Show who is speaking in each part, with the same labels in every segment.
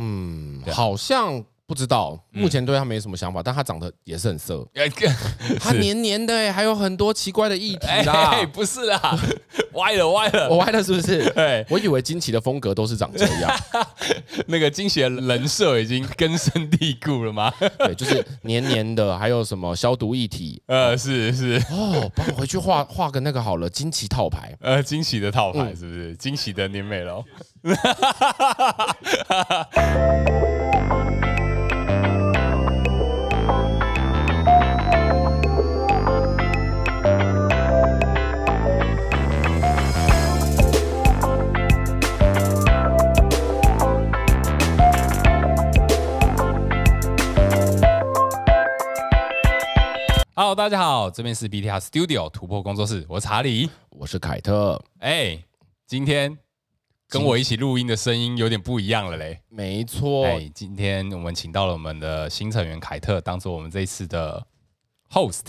Speaker 1: 这样。
Speaker 2: 好像不知道，
Speaker 1: 嗯
Speaker 2: 目前对他没什么想法，但他长得也是很色，
Speaker 1: 哎
Speaker 2: 他
Speaker 1: 是
Speaker 2: 黏黏的、欸，还有很多奇怪的议题
Speaker 1: 哎、
Speaker 2: 啦。
Speaker 1: 嘿不是啦， 歪了歪了。
Speaker 2: 啊我歪了是不 是？
Speaker 1: 对，
Speaker 2: 我以为惊奇的风格都是长这样，
Speaker 1: 那个惊喜的人设已经根深蒂固了吗？
Speaker 2: 对，就是黏黏的，还有什么消毒液体
Speaker 1: 呃，是是，
Speaker 2: 哦，帮我回去画 画个那个好了，惊奇套牌。
Speaker 1: 呃，惊喜的套牌是不是？惊喜的年美容。Hello，大家好，这边是 BTR Studio 突破工作室，我是查理。
Speaker 2: 我是凯特，
Speaker 1: 哎、今天跟我一起录音的声音有点不一样了嘞。
Speaker 2: 没错，
Speaker 1: 哎、今天我们请到了我们的新成员凯特，当做我们这一次的 host，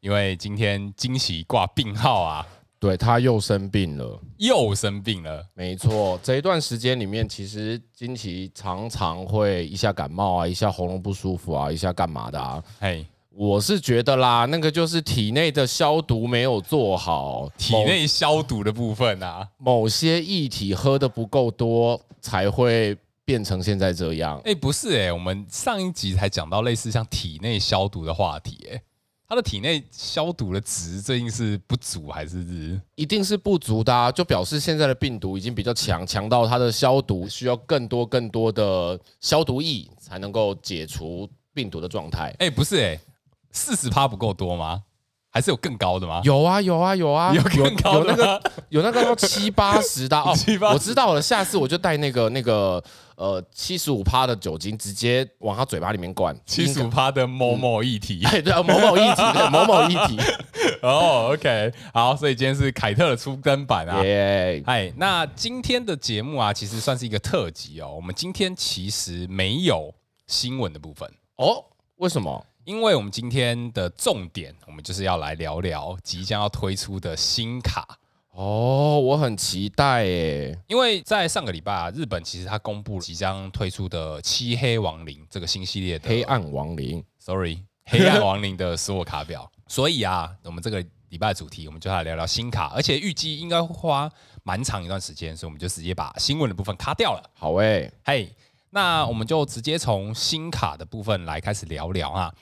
Speaker 1: 因为今天惊喜挂病号啊，
Speaker 2: 对他又生病了。
Speaker 1: 又生病了。
Speaker 2: 没错，这一段时间里面，其实金奇常常会一下感冒啊，一下喉咙不舒服啊，一下干嘛的啊。
Speaker 1: 哎，
Speaker 2: 我是觉得啦，那个就是体内的消毒没有做好，
Speaker 1: 体内消毒的部分啊，
Speaker 2: 某某些液体喝的不够多，才会变成现在这样。
Speaker 1: 哎、不是哎、我们上一集才讲到类似像体内消毒的话题、哎，他的体内消毒的值最近是不足还是是？
Speaker 2: 一定是不足的、啊，就表示现在的病毒已经比较强，强到它的消毒需要更多更多的消毒液才能够解除病毒的状态。
Speaker 1: 哎、不是哎、四十趴不够多吗？还是有更高的吗？
Speaker 2: 有啊有啊有啊，
Speaker 1: 有更高
Speaker 2: 有那
Speaker 1: 的
Speaker 2: 个
Speaker 1: 吗？
Speaker 2: 有那个到七八十的啊哦，
Speaker 1: 七八十
Speaker 2: 我知道了，下次我就带那个那个呃七十五趴的酒精直接往他嘴巴里面灌，
Speaker 1: 七十五
Speaker 2: 应
Speaker 1: 趴的某某议 题
Speaker 2: 该。哎对啊，某某一体 对某某一体，
Speaker 1: 哦、o k 好，所以今天是凯特的初登版啊。
Speaker 2: 耶，
Speaker 1: 哎，那今天的节目啊，其实算是一个特辑哦。我们今天其实没有新闻的部分，
Speaker 2: 哦，为什么？
Speaker 1: 因为我们今天的重点，我们就是要来聊聊即将要推出的新卡。
Speaker 2: 哦，我很期待耶，
Speaker 1: 因为在上个礼拜、啊，日本其实它公布即将推出的《漆黑亡灵》这个新系列的
Speaker 2: 黑暗亡灵。
Speaker 1: sorry，黑暗亡灵的所有卡表。所以啊，我们这个礼拜的主题，我们就来聊聊新卡，而且预计应该会花蛮长一段时间，所以我们就直接把新闻的部分卡掉了。
Speaker 2: 好哎诶，
Speaker 1: 嘿、那我们就直接从新卡的部分来开始聊聊啊。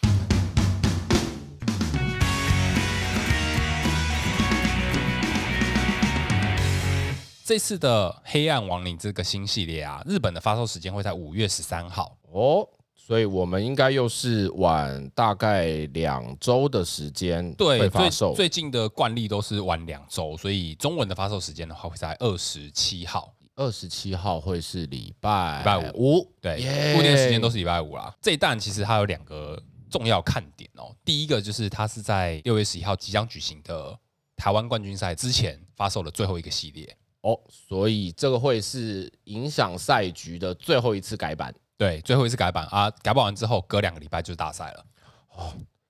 Speaker 1: 这次的《黑暗亡灵》这个新系列啊，日本的发售时间会在五月十三号，
Speaker 2: 哦，所以我们应该又是晚大概两周的时间
Speaker 1: 对，
Speaker 2: 会
Speaker 1: 最
Speaker 2: 发售。
Speaker 1: 最近的惯例都是晚两周，所以中文的发售时间的话会在二十七号，
Speaker 2: 二十七号会是礼拜
Speaker 1: 礼拜
Speaker 2: 五，
Speaker 1: 对
Speaker 2: 耶，
Speaker 1: 固定的时间都是礼拜五啦。这一弹其实它有两个重要看点哦，第一个就是它是在六月十一号即将举行的台湾冠军赛之前发售的最后一个系列，
Speaker 2: 哦，所以这个会是影响赛局的最后一次改版。
Speaker 1: 对，最后一次改版啊，改版完之后隔两个礼拜就是大赛了。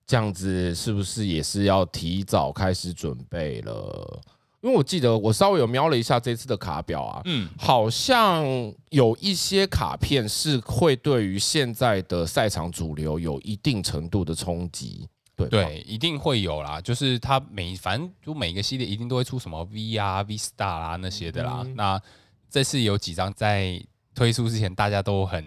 Speaker 2: 这样子是不是也是要提早开始准备了？因为我记得我稍微有瞄了一下这次的卡表啊，
Speaker 1: 嗯，
Speaker 2: 好像有一些卡片是会对于现在的赛场主流有一定程度的冲击，对吧
Speaker 1: 对，一定会有啦，就是它每反正就每个系列一定都会出什么 V 啊、V Star 啦那些的啦。
Speaker 2: 嗯
Speaker 1: 那这次有几张在推出之前大家都很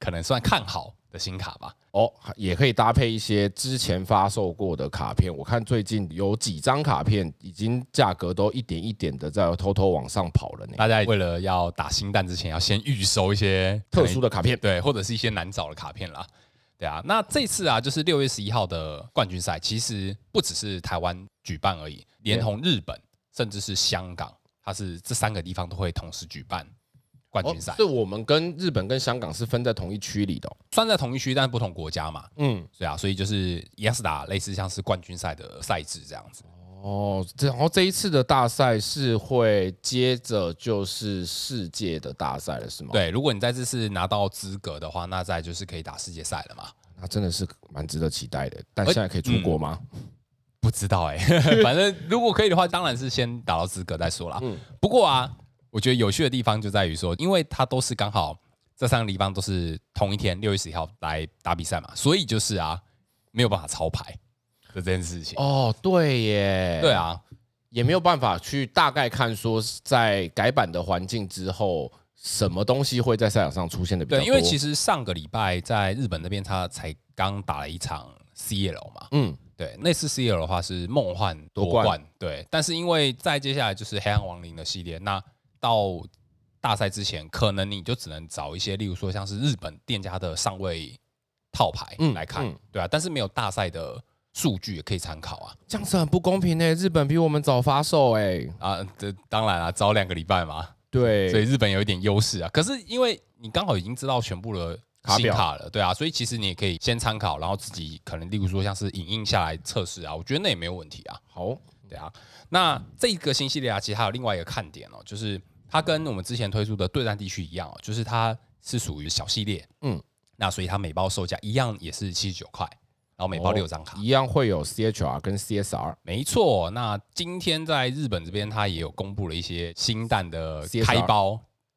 Speaker 1: 可能算看好的新卡吧？
Speaker 2: 哦，也可以搭配一些之前发售过的卡片。我看最近有几张卡片已经价格都一点一点的在偷偷往上跑了呢，
Speaker 1: 大家为了要打新蛋之前，要先预收一些
Speaker 2: 特殊
Speaker 1: 的
Speaker 2: 的卡片。
Speaker 1: 对，或者是一些难找的卡片啦。对啊，那这次啊，就是六月十一号的冠军赛，其实不只是台湾举办而已，连同日本甚至是香港，它是这三个地方都会同时举办冠
Speaker 2: 哦
Speaker 1: 军赛，。
Speaker 2: 是我们跟日本跟香港是分在同一区里的哦、
Speaker 1: 算在同一区，但是不同国家嘛，
Speaker 2: 嗯，
Speaker 1: 对啊，所以就是一样是打类似像是冠军赛的赛制这样子。
Speaker 2: 哦，这然后这一次的大赛是会接着就是世界的大赛了，是吗？，
Speaker 1: 对，如果你在这次拿到资格的话，那再就是可以打世界赛了嘛。
Speaker 2: 那真的是蛮值得期待的。但
Speaker 1: 而
Speaker 2: 现在可以出国
Speaker 1: 嗯
Speaker 2: 吗？
Speaker 1: 不知道哎、 反正如果可以的话，当然是先打到
Speaker 2: 嗯
Speaker 1: 资格再说啦。不过啊，我觉得有趣的地方就在于说，因为它都是刚好这三个地方都是同一天六月十一号来打比赛嘛，所以就是啊，没有办法抄牌的这件事情。
Speaker 2: 哦，对耶，
Speaker 1: 对，啊，
Speaker 2: 也没有办法去大概看说在改版的环境之后，什么东西会在赛场上出现的比较多。
Speaker 1: 对，因为其
Speaker 2: 实
Speaker 1: 实上个礼拜在日本那边他才刚打了一场 CL 嘛，
Speaker 2: 嗯，
Speaker 1: 对，那次 CL 的话是梦幻
Speaker 2: 夺
Speaker 1: 夺
Speaker 2: 冠
Speaker 1: 对，但是因为再接下来就是黑暗亡灵的系列，那到大赛之前，可能你就只能找一些，例如说像是日本店家的上位套牌
Speaker 2: 嗯
Speaker 1: 来看，
Speaker 2: 嗯
Speaker 1: 对啊，但是没有大赛的数据也可以参考啊，
Speaker 2: 这样子很不公平呢。日本比我们早发售哎，
Speaker 1: 啊，这当然啊，早两个礼拜嘛，所以
Speaker 2: 对，
Speaker 1: 日本有一点优势啊。可是因为你刚好已经知道全部的
Speaker 2: 卡
Speaker 1: 新
Speaker 2: 表
Speaker 1: 卡了，对啊，所以其实你也可以先参考，然后自己可能例如说像是影印下来测试啊，我觉得那也没有问题啊。
Speaker 2: 好，
Speaker 1: 对啊，那这个新系列啊，其实还有另外一个看点哦，就是它跟我们之前推出的对战地区一样、哦，就是它是属于小系列，嗯
Speaker 2: 嗯，
Speaker 1: 那所以它每包售价一样也是七十九块，然后每包
Speaker 2: 哦
Speaker 1: 六张卡。
Speaker 2: 一样会有 CHR 跟 CSR。
Speaker 1: 没错，那今天在日本这边，它也有公布了一些新蛋的
Speaker 2: CSR
Speaker 1: 开包，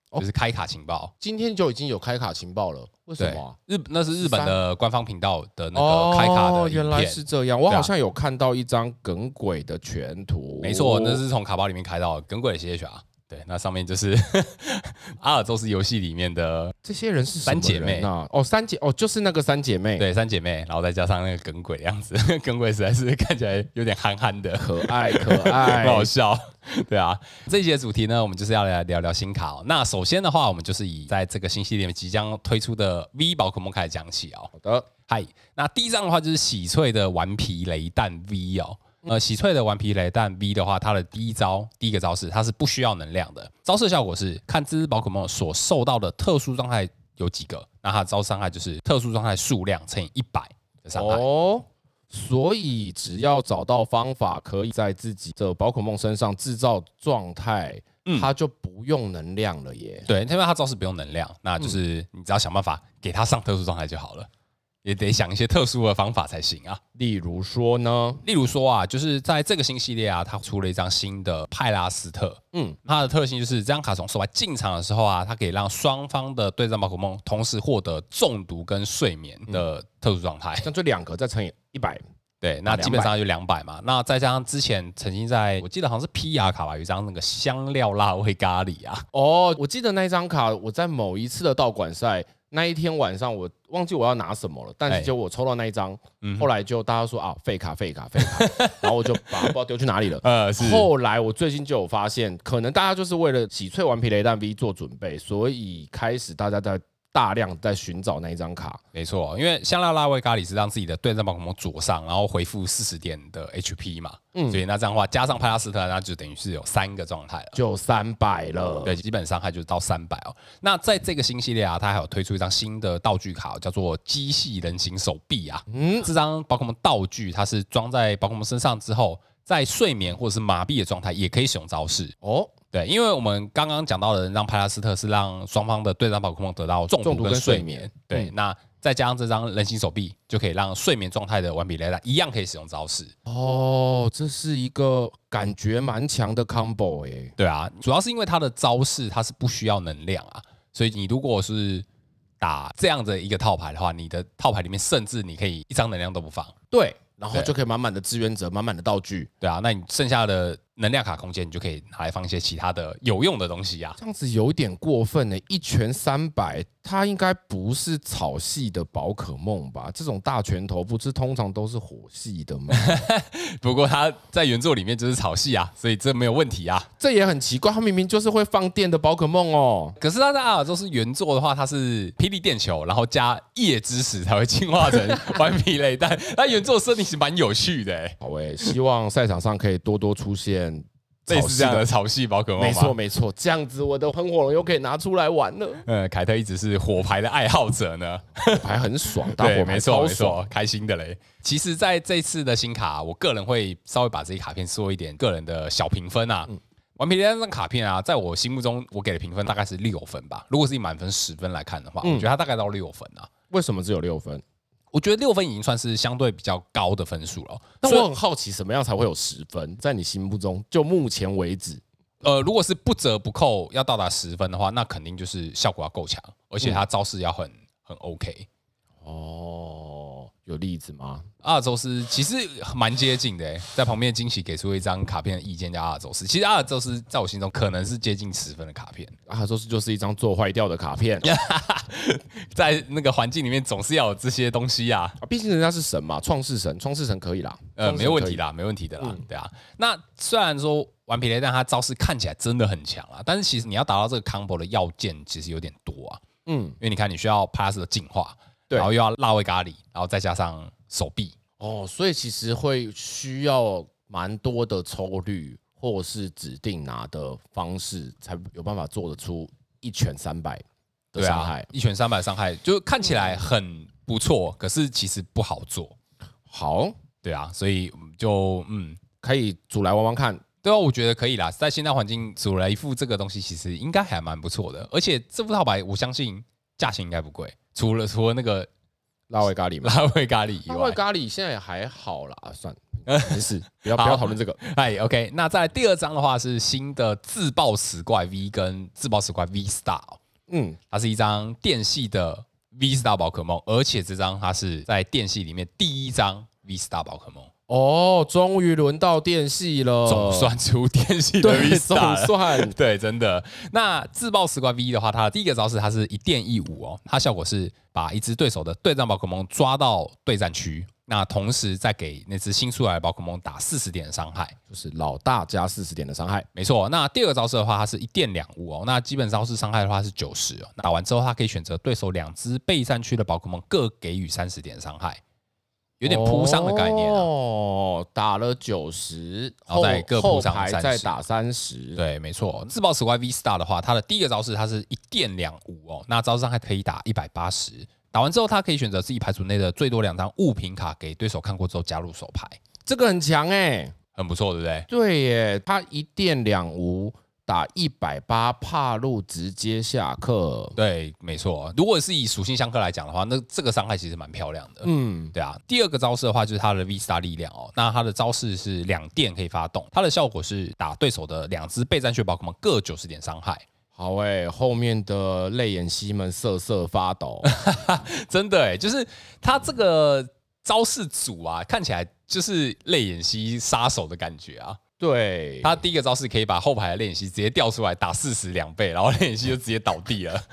Speaker 2: 哦
Speaker 1: 就是开卡情报。
Speaker 2: 今天就已经有开卡情报了，为什
Speaker 1: 对
Speaker 2: 么啊？，
Speaker 1: 日那是日本
Speaker 2: 13
Speaker 1: 的官方频道的那个开卡的
Speaker 2: 哦，
Speaker 1: 影片，
Speaker 2: 原来是这样。我
Speaker 1: 对啊
Speaker 2: 好像有看到一张耿鬼的全图，
Speaker 1: 没错，那是从卡包里面开到的耿鬼的 CHR。对，那上面就是 阿尔宙斯游戏里面的
Speaker 2: 这些人是什么
Speaker 1: 三姐妹
Speaker 2: 人啊？哦，三姐哦，就是那个三姐妹，，
Speaker 1: 对，三姐妹，然后再加上那个耿鬼的样子， 耿鬼实在是看起来有点憨憨的，
Speaker 2: 可爱 可爱
Speaker 1: 很，好笑。 对啊，这一节主题呢，我们就是要来聊聊新卡、哦。那首先的话，我们就是以在这个新系列即将推出的 V 宝可梦开始讲起哦。
Speaker 2: 好的，
Speaker 1: 嗨，那第一张的话就是喜翠的顽皮雷弹 V 哦。呃，喜翠的顽皮雷弹 V 的话，它的第一招，第一个招式，它是不需要能量的。招式效果是看这只宝可梦所受到的特殊伤害有几个，那它的招伤害就是特殊伤害数量乘以一百的伤害。
Speaker 2: 哦。所以只要找到方法，可以在自己的宝可梦身上制造状态，
Speaker 1: 嗯
Speaker 2: 它就不用能量了耶。
Speaker 1: 对，因为它招式不用能量，那就是你只要想办法给它上特殊伤害就好了，也得想一些特殊的方法才行啊。
Speaker 2: 例如说呢，
Speaker 1: 例如说啊，就是在这个新系列啊，它出了一张新的派拉斯特，嗯
Speaker 2: 嗯，
Speaker 1: 它的特性就是这张卡从手牌进场的时候啊，它可以让双方的对战宝可梦同时获得中毒跟睡眠的特殊状态。
Speaker 2: 像这两个再乘以一百，
Speaker 1: 对，那基本上就两百嘛。那再加上之前曾经在我记得好像是 P R 卡吧，有一张那个香料辣味咖喱啊，
Speaker 2: 哦，我记得那一张卡，我在某一次的道馆赛那一天晚上，我忘记我要拿什么了，但
Speaker 1: 哎
Speaker 2: 是结果我抽到那一张，
Speaker 1: 嗯
Speaker 2: 后来就大家说啊废卡废卡废卡，然后我就把它不知道丢去哪里 了。
Speaker 1: 呃是
Speaker 2: 后来我最近就有发现，可能大家就是为了洗翠顽皮雷弹 V 做准备，所以开始大家在大量在寻找那一张卡。
Speaker 1: 没错，因为香料辣味咖喱是让自己的对战宝可梦灼伤，然后回复四十点的 HP 嘛，
Speaker 2: 嗯
Speaker 1: 所以那这样的话加上派拉斯特，那就等于是有三个状态了。
Speaker 2: 就三百了，
Speaker 1: 对，基本伤害就是到三百哦。那在这个新系列啊，它还有推出一张新的道具卡哦、叫做机器人形手臂啊。嗯，这张宝可梦道具它是装在宝可梦身上之后，在睡眠或者是麻痹的状态也可以使用招式。
Speaker 2: 哦，
Speaker 1: 对，因为我们刚刚讲到的让派拉斯特是让双方的对战宝可梦得到中
Speaker 2: 中
Speaker 1: 毒
Speaker 2: 毒
Speaker 1: 跟
Speaker 2: 跟
Speaker 1: 睡
Speaker 2: 睡
Speaker 1: 眠
Speaker 2: 眠，嗯
Speaker 1: 对，那再加上这张人形手臂，就可以让睡眠状态的顽皮雷达一样可以使用招式。
Speaker 2: 哦，这是一个感觉蛮强的 combo 哎、
Speaker 1: 对啊，主要是因为它的招式它是不需要能量啊，所以你如果是打这样的一个套牌的话，你的套牌里面甚至你可以一张能量都不放，
Speaker 2: 对，然后
Speaker 1: 对
Speaker 2: 就可以满满的志愿者，满满的道具，
Speaker 1: 对啊，那你剩下的能量卡空间，你就可以拿来放一些其他的有用的东西啊。
Speaker 2: 这样子有点过分呢、一拳三百，它应该不是草系的宝可梦吧？这种大拳头不是通常都是火系的吗？
Speaker 1: 不过它在原作里面就是草系啊，所以这没有问题啊。
Speaker 2: 这也很奇怪，它明明就是会放电的宝可梦哦。
Speaker 1: 可是它在阿尔宙斯原作的话，它是霹雳电球，然后加夜之石才会进化成 顽皮雷弹。它原作设定是蛮有趣的、欸，
Speaker 2: 好诶、希望赛场上可以多多出现
Speaker 1: 类
Speaker 2: 草
Speaker 1: 似
Speaker 2: 系
Speaker 1: 这样的
Speaker 2: 的。
Speaker 1: 草系宝可梦吧。
Speaker 2: 没错没错，这样子我的喷火龙又可以拿出来玩 了，
Speaker 1: 呃，凯特一直是火牌的爱好者呢，
Speaker 2: 还很爽，大
Speaker 1: 对，
Speaker 2: 火
Speaker 1: 没
Speaker 2: 牌
Speaker 1: 错
Speaker 2: 超
Speaker 1: 没
Speaker 2: 爽。
Speaker 1: 错，开心的嘞。其实，在这次的新卡，我个人会稍微把这些卡片做一点个人的小评分啊。
Speaker 2: 嗯
Speaker 1: 顽皮雷那张卡片啊，在我心目中，我给的评分大概是六分吧。如果是以满分十分来看的话，
Speaker 2: 嗯
Speaker 1: 我觉得它大概到六分啊。
Speaker 2: 为什么只有六分？
Speaker 1: 我觉得六分已经算是相对比较高的分数了。
Speaker 2: 那
Speaker 1: 所以
Speaker 2: 我很好奇，什么样才会有十分？在你心目中，就目前为止，
Speaker 1: 呃，如果是不折不扣要到达十分的话，那肯定就是效果要够强，而且他招式要很很 OK。
Speaker 2: 哦，有例子吗？
Speaker 1: 阿尔宙斯其实蛮接近的欸，在旁边惊喜给出一张卡片的意见叫阿尔宙斯。其实阿尔宙斯在我心中可能是接近十分的卡片，
Speaker 2: 啊，说是就是一张做坏掉的卡片啊，
Speaker 1: 在那个环境里面总是要有这些东西啊，
Speaker 2: 毕竟人家是神嘛，创世神，创世神可以啦，
Speaker 1: 呃，
Speaker 2: 创世
Speaker 1: 没
Speaker 2: 神
Speaker 1: 问
Speaker 2: 可以嗯
Speaker 1: 题，啦，没问题的啦，对啊。那虽然说顽皮雷弹他招式看起来真的很强啊，但是其实你要达到这个 combo 的要件其实有点多啊，
Speaker 2: 嗯，
Speaker 1: 因为你看你需要 pass 的进化，
Speaker 2: 对
Speaker 1: 然后又要辣味咖喱，然后再加上手臂，
Speaker 2: 哦，所以其实会需要蛮多的抽率，或是指定拿的方式，才有办法做得出一拳三百的
Speaker 1: 对
Speaker 2: 伤
Speaker 1: 啊
Speaker 2: 害。，嗯
Speaker 1: 一拳三百伤害，就是看起来很不错，可是其实不好做，
Speaker 2: 好，
Speaker 1: 对啊，所以嗯就嗯。
Speaker 2: 可以组来玩玩看。
Speaker 1: 对啊，我觉得可以啦。在现在环境组了一副这个东西，其实应该还蛮不错的。而且这副套牌，我相信价钱应该不贵，除了除了那个
Speaker 2: 辣味咖喱嘛，
Speaker 1: 拉味咖喱 以
Speaker 2: 辣
Speaker 1: 外
Speaker 2: 味。咖喱现在也还好啦，算， 没事，不要不
Speaker 1: 好
Speaker 2: 要讨论这个。
Speaker 1: 哎，OK，那再来第二张的话是新的自爆死怪 V 跟自爆死怪 V Star，哦
Speaker 2: 嗯，
Speaker 1: 它是一张电系的 V Star 宝可梦，而且这张它是在电系里面第一张 V Star 宝可梦，
Speaker 2: 哦，终于轮到电系了，
Speaker 1: 总算出电系的 V
Speaker 2: 呃对，总
Speaker 1: Star 了。
Speaker 2: 算
Speaker 1: 对，真的。那自爆石怪 V 的话，它的第一个招式它是一电一舞哦，它效果是把一只对手的对战宝可梦抓到对战区，那同时再给那只新出来的宝可梦打四十点的伤害。
Speaker 2: 就是老大加四十点的伤害。
Speaker 1: 没错，那第二个招式的话，它是一电两物哦。那基本招式伤害的话是九十哦。那打完之后，它可以选择对手两只备战区的宝可梦各给予三十点伤害，有点铺伤的概念啊。
Speaker 2: 哦，打了九十，
Speaker 1: 然后再各
Speaker 2: 后
Speaker 1: 铺上
Speaker 2: 后排
Speaker 1: 30
Speaker 2: 再打三十。，
Speaker 1: 对，没错，自爆死怪 V Star 的话，它的第一个招式它是一电两无哦，那招式伤害可以打一百八十，打完之后它可以选择自己牌组内的最多两张物品卡给对手看过之后加入手牌，
Speaker 2: 这个很强哎、
Speaker 1: 很不错，对不对？
Speaker 2: 对耶，他一电两无，打一百八，帕路直接下课。
Speaker 1: 对，没错。如果是以属性相克来讲的话，那这个伤害其实蛮漂亮的。
Speaker 2: 嗯，
Speaker 1: 对啊，第二个招式的话就是它的 V Star 力量哦，那它的招式是两电可以发动，它的效果是打对手的两只备战血宝可梦各九十点伤害，
Speaker 2: 好哎，后面的泪眼西们瑟瑟发 抖。
Speaker 1: 真的哎、就是他这个招式组啊，看起来就是泪眼蜥杀手的感觉啊。
Speaker 2: 对，
Speaker 1: 他第一个招式可以把后排的泪眼蜥直接调出来打四十两倍，然后泪眼蜥就直接倒地 了。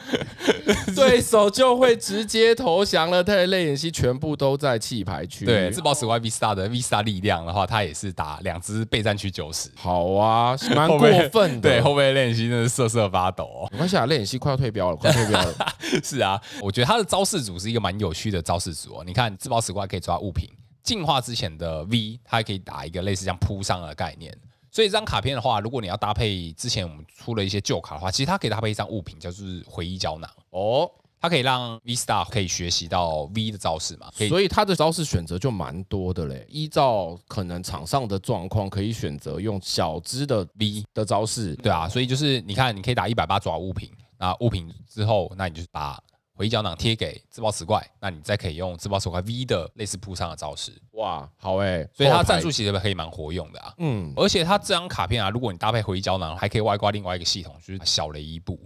Speaker 2: 对手就会直接投降了，他的泪眼西全部都在弃牌区。
Speaker 1: 对，自爆死 Y V Star 的 V Star 力量的话，他也是打两只备战区九十，
Speaker 2: 好啊，蛮
Speaker 1: 后
Speaker 2: 过
Speaker 1: 面
Speaker 2: 分的。
Speaker 1: 对，后背泪眼蜥真的是瑟瑟发抖哦。
Speaker 2: 没关系啊，泪眼西快要退标了，快退 标了。
Speaker 1: 是啊，我觉得他的招式组是一个蛮有趣的招式组哦。你看，自爆死怪可以抓物品，进化之前的 V，它还可以打一个类似像扑伤的概念。所以这张卡片的话，如果你要搭配之前我们出了一些旧卡的话，其实它可以搭配一张物品，就是回忆胶囊。
Speaker 2: 哦，
Speaker 1: 它可以让 V Star 可以学习到 V 的招式嘛？可以，
Speaker 2: 所以他的招式选择就蛮多的嘞。依照可能场上的状况，可以选择用小只的 V 的招式。
Speaker 1: 对啊。所以就是你看，你可以打一百八抓物品，那物品之后，那你就把回忆胶囊贴给自爆死怪，那你再可以用自爆死怪 V 的类似扑伤的招式，
Speaker 2: 哇，好哎、
Speaker 1: 所以它
Speaker 2: 后
Speaker 1: 的
Speaker 2: 排
Speaker 1: 战术其实可以蛮活用的啊。
Speaker 2: 嗯，
Speaker 1: 而且它这张卡片啊，如果你搭配回忆胶囊，还可以外挂另外一个系统，就是小雷伊布。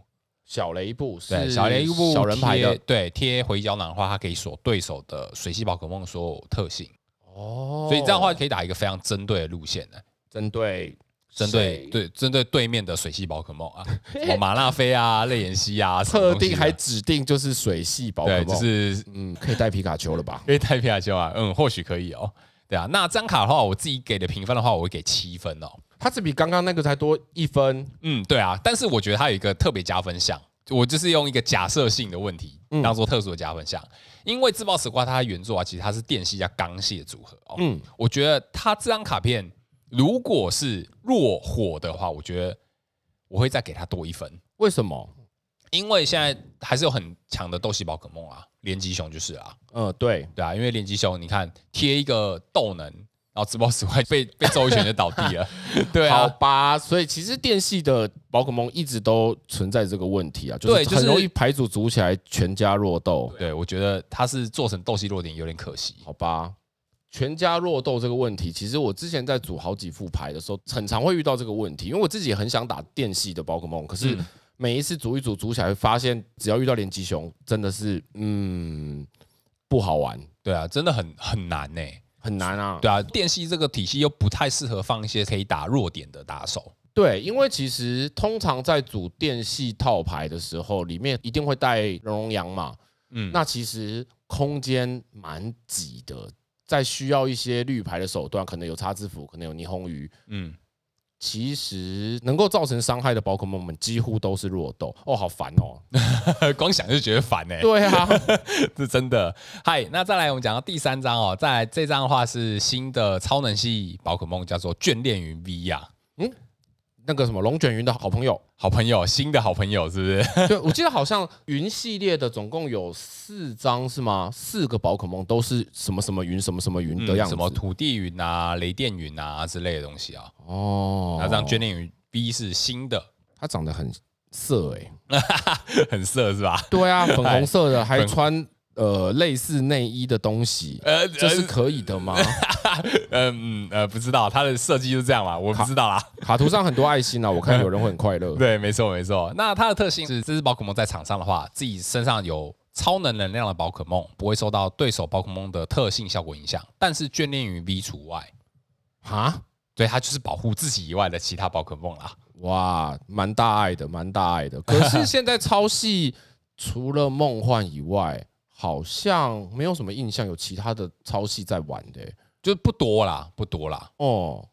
Speaker 2: 小雷布是
Speaker 1: 对，小雷伊布
Speaker 2: 小人牌的
Speaker 1: 贴，对，贴回忆胶囊的话，它可以锁对手的水系宝可梦所有特性，
Speaker 2: 哦
Speaker 1: 所以这样的话可以打一个非常针对的路线的、
Speaker 2: 针对
Speaker 1: 针对
Speaker 2: 谁
Speaker 1: 对针对对面的水系宝可梦 啊，什么马纳菲啊、泪眼蜥啊，什么
Speaker 2: 特
Speaker 1: 东西
Speaker 2: 定
Speaker 1: 的
Speaker 2: 还指定就是水系宝可
Speaker 1: 对，
Speaker 2: 梦，
Speaker 1: 就是
Speaker 2: 嗯，可以带皮卡丘了吧？
Speaker 1: 可以带皮卡丘啊，嗯，或许可以哦。对啊，那这张卡的话，我自己给的评分的话，我会给七分哦。
Speaker 2: 它只比刚刚那个才多一分，
Speaker 1: 嗯，对啊，但是我觉得它有一个特别加分项，我就是用一个假设性的问题
Speaker 2: 嗯
Speaker 1: 当做特殊的加分项，因为自爆死瓜它的原作啊，其实它是电系加钢系的组合哦。
Speaker 2: 嗯
Speaker 1: 我觉得它这张卡片如果是弱火的话，我觉得我会再给它多一分，
Speaker 2: 为什么？
Speaker 1: 因为现在还是有很强的斗系宝可梦啊，连击熊就是啊，
Speaker 2: 嗯，对，
Speaker 1: 对啊，因为连击熊你看贴一个斗能，然后自爆死瓜被被揍一拳就倒地 了，对啊
Speaker 2: 好，吧，所以其实电系的宝可梦一直都存在这个问题啊，就
Speaker 1: 对
Speaker 2: 是
Speaker 1: 就是
Speaker 2: 很容易牌组组起来全家弱斗，
Speaker 1: 对，我觉得它是做成斗系弱点有点可惜。
Speaker 2: 好吧，全家弱豆这个问题，其实我之前在组好几副牌的时候，很常会遇到这个问题，因为我自己也很想打电系的宝可梦，可是
Speaker 1: 嗯
Speaker 2: 每一次组一组组起来，会发现只要遇到连击熊，真的是嗯不好玩，
Speaker 1: 对啊，真的很很难呢、
Speaker 2: 很难啊。
Speaker 1: 对啊，电系这个体系又不太适合放一些可以打弱点的打手。
Speaker 2: 对，因为其实通常在组电系套牌的时候，里面一定会带熔融羊嘛。
Speaker 1: 嗯，
Speaker 2: 那其实空间蛮挤的，在需要一些绿牌的手段，可能有叉之斧，可能有霓虹鱼。
Speaker 1: 嗯，
Speaker 2: 其实能够造成伤害的宝可梦们几乎都是弱斗哦，好烦哦。
Speaker 1: 哎光想就觉得烦呢、
Speaker 2: 对啊，
Speaker 1: 是 真的。嗨，那再来我们讲到第三张哦，再来这张的话是新的超能系宝可梦，叫做眷恋于 V 呀，
Speaker 2: 那个什么龙卷云的好朋友，
Speaker 1: 好朋友，新的好朋友是不是？
Speaker 2: 对我记得好像云系列的总共有四张是吗？四个宝可梦都是什么什么云什么什么云 的样子
Speaker 1: 嗯 什么土地云啊、雷电云啊之类的东西啊。
Speaker 2: 哦。
Speaker 1: 那这张眷恋于 V 是新的，
Speaker 2: 它长得很色哎、
Speaker 1: 很色是吧？
Speaker 2: 对啊，粉红色的，还穿呃类似内衣的东 西，
Speaker 1: 呃，
Speaker 2: 这是可以的吗？
Speaker 1: 呃嗯呃，不知道它的设计就是这样嘛，我不知道啦。
Speaker 2: 卡图上很多爱心啊，我看有人会很快 乐。
Speaker 1: 对，没错没错。那它的特性是，这只宝可梦在场上的话，自己身上有超能能量的宝可梦不会受到对手宝可梦的特性效果影响，但是眷恋于 V 除外。
Speaker 2: 啊，
Speaker 1: 所以它就是保护自己以外的其他宝可梦啦。
Speaker 2: 哇，蛮大爱的，蛮大爱的。 可是现在超系除了梦幻以外，好像没有什么印象有其他的超系在玩的欸、
Speaker 1: 就是不多啦，不多啦。
Speaker 2: 哦，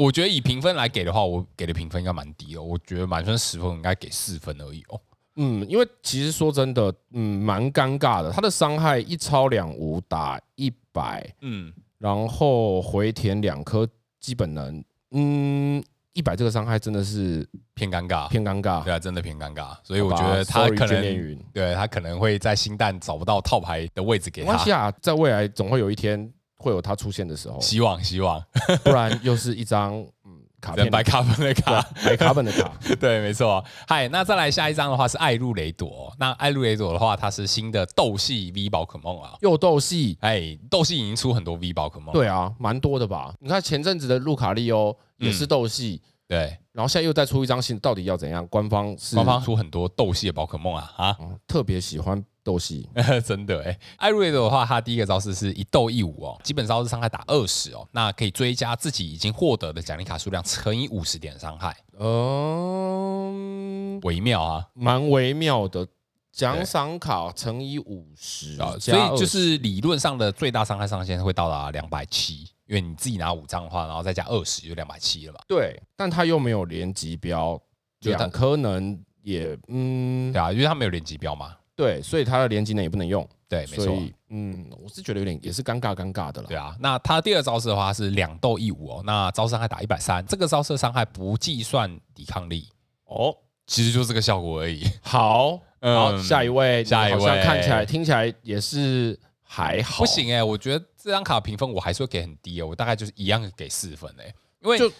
Speaker 1: 我觉得以评分来给的话，我给的评分应该蛮低哦的。我觉得满分十分，我应该给四分而已哦。
Speaker 2: 嗯，因为其实说真的，嗯，蛮尴尬的。他的伤害一超两无打一百，
Speaker 1: 嗯，
Speaker 2: 然后回填两颗基本能，嗯，一百这个伤害真的是
Speaker 1: 偏尴尬，
Speaker 2: 偏尴尬
Speaker 1: 对。啊，真的偏尴尬。所以我
Speaker 2: 好吧
Speaker 1: 觉得他
Speaker 2: sorry，
Speaker 1: 可
Speaker 2: 眷恋
Speaker 1: 能
Speaker 2: 云
Speaker 1: 对他可能会在新蛋找不到套牌的位置给
Speaker 2: 没
Speaker 1: 他
Speaker 2: 关。系啊，在未来总会有一天会有他出现的 时候，
Speaker 1: 希望希望，
Speaker 2: 不然又是一张嗯卡
Speaker 1: 人
Speaker 2: 片
Speaker 1: 白卡分的卡，
Speaker 2: 白卡本的 卡。
Speaker 1: 对，没错。嗨，那再来下一张的话是艾露雷朵。那艾露雷朵的话，它是新的斗系 V 宝可梦啊。
Speaker 2: 又斗系，
Speaker 1: 哎，斗系已经出很多 V 宝可梦了，
Speaker 2: 对啊，蛮多的吧？你看前阵子的路卡利欧
Speaker 1: 嗯
Speaker 2: 也是斗系，
Speaker 1: 对，
Speaker 2: 然后现在又再出一张新，到底要怎样？官方是
Speaker 1: 官方出很多斗系的宝可梦啊啊！
Speaker 2: 哦特别喜欢斗系，
Speaker 1: 真的哎、艾瑞的话，他第一个招式是一斗一五哦，基本招式伤害打二十哦，那可以追加自己已经获得的奖励卡数量乘以五十点伤害，
Speaker 2: 嗯，
Speaker 1: 微妙啊
Speaker 2: 蛮微妙的。奖赏卡乘以五十
Speaker 1: 啊！，所
Speaker 2: 加
Speaker 1: 以就
Speaker 2: 20
Speaker 1: 是理论上的最大伤害上限会到达两百七，因为你自己拿五张的话，然后再加二十就两百七了嘛。
Speaker 2: 对，但他又没有连级标，
Speaker 1: 就它
Speaker 2: 两颗能也嗯
Speaker 1: 对啊，因为他没有连级标嘛。
Speaker 2: 对，所以他的连级能也不能用，
Speaker 1: 对，没
Speaker 2: 所
Speaker 1: 错。
Speaker 2: 以嗯，我是觉得有点也是尴尬尴尬的啦
Speaker 1: 对。啊，那他第二招式的话是两斗一五哦，那招伤害打一百三，这个招式的伤害不计算抵抗力，
Speaker 2: 哦，
Speaker 1: 其实就这个效果而已。
Speaker 2: 好，
Speaker 1: 嗯
Speaker 2: 好，下一位，
Speaker 1: 下一位
Speaker 2: 你好像看起来听起来也是还好，
Speaker 1: 不，行哎、我觉得这张卡评分我还是会给很低哦、我大概就是一样给四分哎、因为
Speaker 2: 就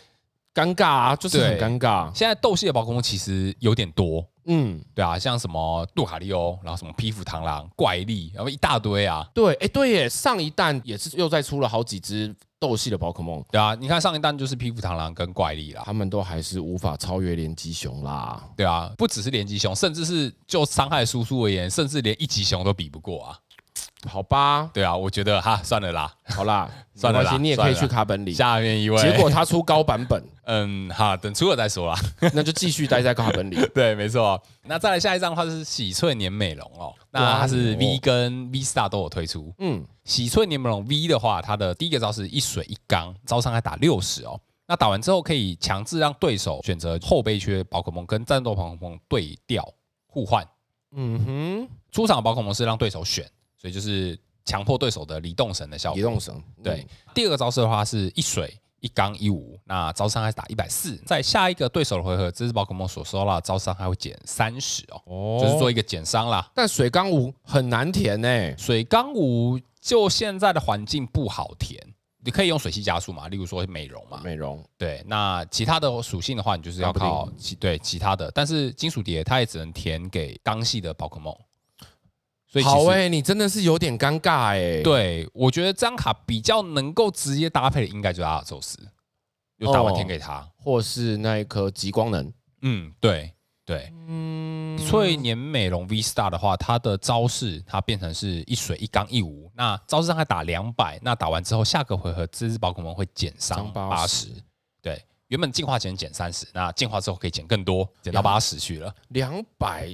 Speaker 2: 尴尬啊，就是很
Speaker 1: 对
Speaker 2: 尴尬，
Speaker 1: 现在斗系的宝可梦其实有点多，
Speaker 2: 嗯，
Speaker 1: 对啊，像什么杜卡利欧，然后什么皮肤螳螂、怪力，然后一大堆啊，
Speaker 2: 对，哎，对耶，上一弹也是又再出了好几只斗系的宝可梦，
Speaker 1: 对啊，你看上一单就是皮肤螳螂跟怪力啦，
Speaker 2: 他们都还是无法超越连击熊啦，
Speaker 1: 对啊，不只是连击熊，甚至是就伤害输出而言，甚至连一级熊都比不过啊，
Speaker 2: 好吧，
Speaker 1: 对啊，我觉得哈算了啦，
Speaker 2: 好啦，
Speaker 1: 算了
Speaker 2: 没关
Speaker 1: 啦
Speaker 2: 系你也可
Speaker 1: 算
Speaker 2: 以
Speaker 1: 了啦
Speaker 2: 去卡本里。
Speaker 1: 下面一位，
Speaker 2: 结果他出高版本，
Speaker 1: 嗯哈，等出了再说啦。
Speaker 2: 那就继续待在卡本里。
Speaker 1: 对，没错。那再来下一张的话是喜翠年美容哦，那它是
Speaker 2: 哇
Speaker 1: V 跟 V Star 都有推出。
Speaker 2: 嗯，
Speaker 1: 喜翠年美容 V 的话，它的第一个招式一水一缸，招伤还打六十哦。那打完之后可以强制让对手选择后备缺宝可梦跟战斗宝可梦对调互换，
Speaker 2: 嗯
Speaker 1: 出场的宝可梦是让对手选，所以就是强迫对手的离动神的效
Speaker 2: 哼，
Speaker 1: 果
Speaker 2: 移。动绳，
Speaker 1: 对
Speaker 2: 嗯，，
Speaker 1: 第二个招式的话是一水一刚一五，那招伤害是打一百四，在下一个对手的回合，这只宝可梦所收到的招伤害会减三十哦，
Speaker 2: 哦
Speaker 1: 就是做一个减伤啦。
Speaker 2: 但水缸舞很难填呢、
Speaker 1: 水缸五就现在的环境不好填，你可以用水系加速嘛，例如说美容嘛，
Speaker 2: 美容
Speaker 1: 对。那其他的属性的话，你就是要
Speaker 2: 搞不定
Speaker 1: 靠其对其他的，但是金属蝶它也只能填给刚系的宝可梦，所以其
Speaker 2: 好
Speaker 1: 实
Speaker 2: 哎、你真的是有点尴尬哎、，
Speaker 1: 对我觉得这张卡比较能够直接搭配的，应该就是阿尔宙斯，有
Speaker 2: 哦
Speaker 1: 打完天给他。
Speaker 2: 或是那一颗极光能，
Speaker 1: 嗯，对对。
Speaker 2: 嗯，
Speaker 1: 翠年美容 V Star 的话，它的招式它变成是一水一刚一无，那招式让它打两百，那打完之后下个回合这只宝可梦会减伤
Speaker 2: 伤
Speaker 1: 八
Speaker 2: 80
Speaker 1: 十，对，原本进化前减三十，那进化之后可以减更多，减到八十去了。
Speaker 2: 两百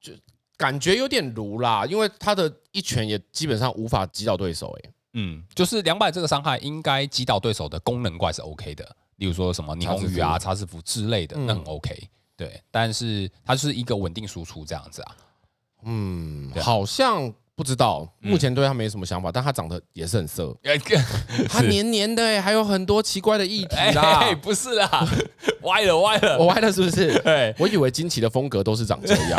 Speaker 2: 就感觉有点如啦，因为他的一拳也基本上无法击倒对手哎、
Speaker 1: 嗯，就是两百这个伤害应该击倒对手的功能怪是 OK 的，例如说什么霓虹鱼啊、叉字符之类的，那很 OK。对，但是它就是一个稳定输出这样子啊。
Speaker 2: 嗯，
Speaker 1: 对
Speaker 2: 好像不知道，目前对他没什么想法，但他长得也是很色，
Speaker 1: 哎
Speaker 2: 他黏黏的、欸，还有很多奇怪的议题
Speaker 1: 哎、
Speaker 2: 啦。
Speaker 1: 嘿 不是哦啦，歪了歪了。
Speaker 2: 我歪了是不是？
Speaker 1: 对，
Speaker 2: 哎我以为惊奇的风格都是长这 样，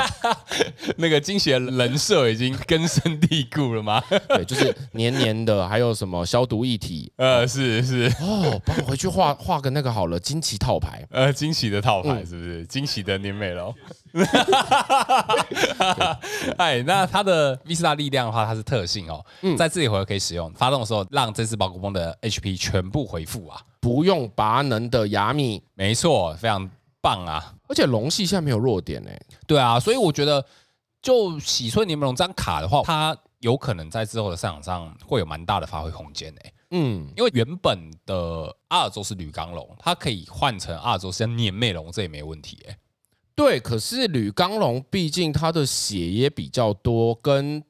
Speaker 1: 那个惊喜的人设已经根深蒂固了吗？
Speaker 2: 对，就是黏黏的，还有什么消毒液体
Speaker 1: 呃，是是，
Speaker 2: 哦，帮我回去画画个那个好了，惊奇套牌，
Speaker 1: 呃，惊喜的套牌是不是？惊喜的年美容。 哎，那它的 V 四大力量的话，它是特性哦，在这里回合可以使用，发动的时候让这只宝可梦的 HP 全部回复啊。
Speaker 2: 不用拔能的雅米，
Speaker 1: 没错，非常棒啊。
Speaker 2: 而且龙系现在没有弱点哎、
Speaker 1: 对啊，所以我觉得就喜翠柠檬这张卡的话，它有可能在之后的赛场上会有蛮大的发挥空间欸诶、
Speaker 2: 嗯，
Speaker 1: 因为原本的阿尔宙斯铝钢龙，它可以换成阿尔宙斯年魅龙，这也没问题诶、
Speaker 2: 对，可是吕刚龙毕竟他的血也比较多，跟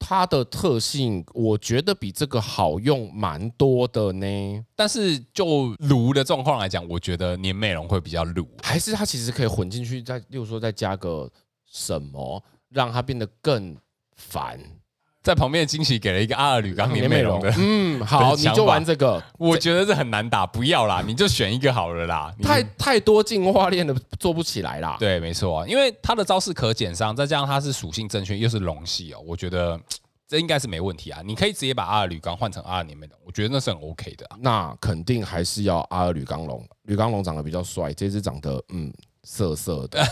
Speaker 2: 他的特性，我觉得比这个好用蛮多的呢。
Speaker 1: 但是就炉的状况来讲，我觉得年美容会比较炉。
Speaker 2: 还是他其实可以混进去，再例如说再加个什么，让它变得更烦。
Speaker 1: 在旁边的惊喜给了一个阿尔铝钢年美容的，
Speaker 2: 嗯， 好，
Speaker 1: 的
Speaker 2: 你
Speaker 1: 想法
Speaker 2: 就玩这个，
Speaker 1: 我觉得这很难打，不要啦，你就选一个好了啦。你
Speaker 2: 太太多进化链的做不起来啦。
Speaker 1: 对，没错，啊因为它的招式可减伤，再加上它是属性正确，又是龙系哦，我觉得嘖这应该是没问题啊。你可以直接把阿尔铝钢换成阿尔年美容，我觉得那是很 OK 的啊、
Speaker 2: 那肯定还是要阿尔吕刚龙，吕刚龙长得比较帅，这只长得嗯色色 的，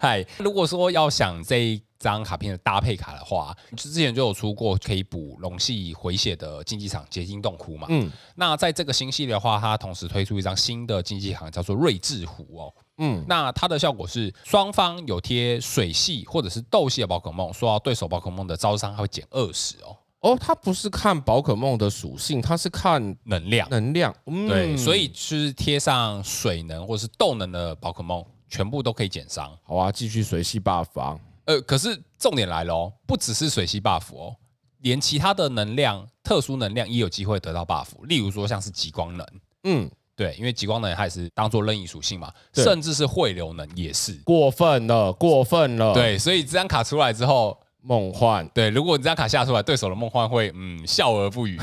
Speaker 1: 嗨，如果说要想这一张卡片的搭配卡的话，之前就有出过可以补龙系回血的竞技场结晶洞窟嘛。嗯
Speaker 2: 嗯，
Speaker 1: 那在这个新系列的话，它同时推出一张新的竞技场，叫做睿智湖哦。
Speaker 2: 嗯，
Speaker 1: 那它的效果是双方有贴水系或者是斗系的宝可梦，说到对手宝可梦的招伤，它会减二十哦，
Speaker 2: 哦，它不是看宝可梦的属性，它是看
Speaker 1: 能量。
Speaker 2: 能量。嗯、
Speaker 1: 对，所以就是贴上水能或是斗能的宝可梦，全部都可以减伤。
Speaker 2: 好啊，继续随系 buff 啊。
Speaker 1: 呃，可是重点来了哦，不只是水系 buff 哦，连其他的能量、特殊能量也有机会得到 buff，例如说像是极光能，
Speaker 2: 嗯，
Speaker 1: 对，因为极光能它也是当做任意属性嘛，
Speaker 2: 对
Speaker 1: 甚至是汇流能也是。
Speaker 2: 过分了，过分了。，
Speaker 1: 对，所以这张卡出来之后，
Speaker 2: 梦幻
Speaker 1: 对，如果你这张卡下出来，对手的梦幻会嗯笑而不语。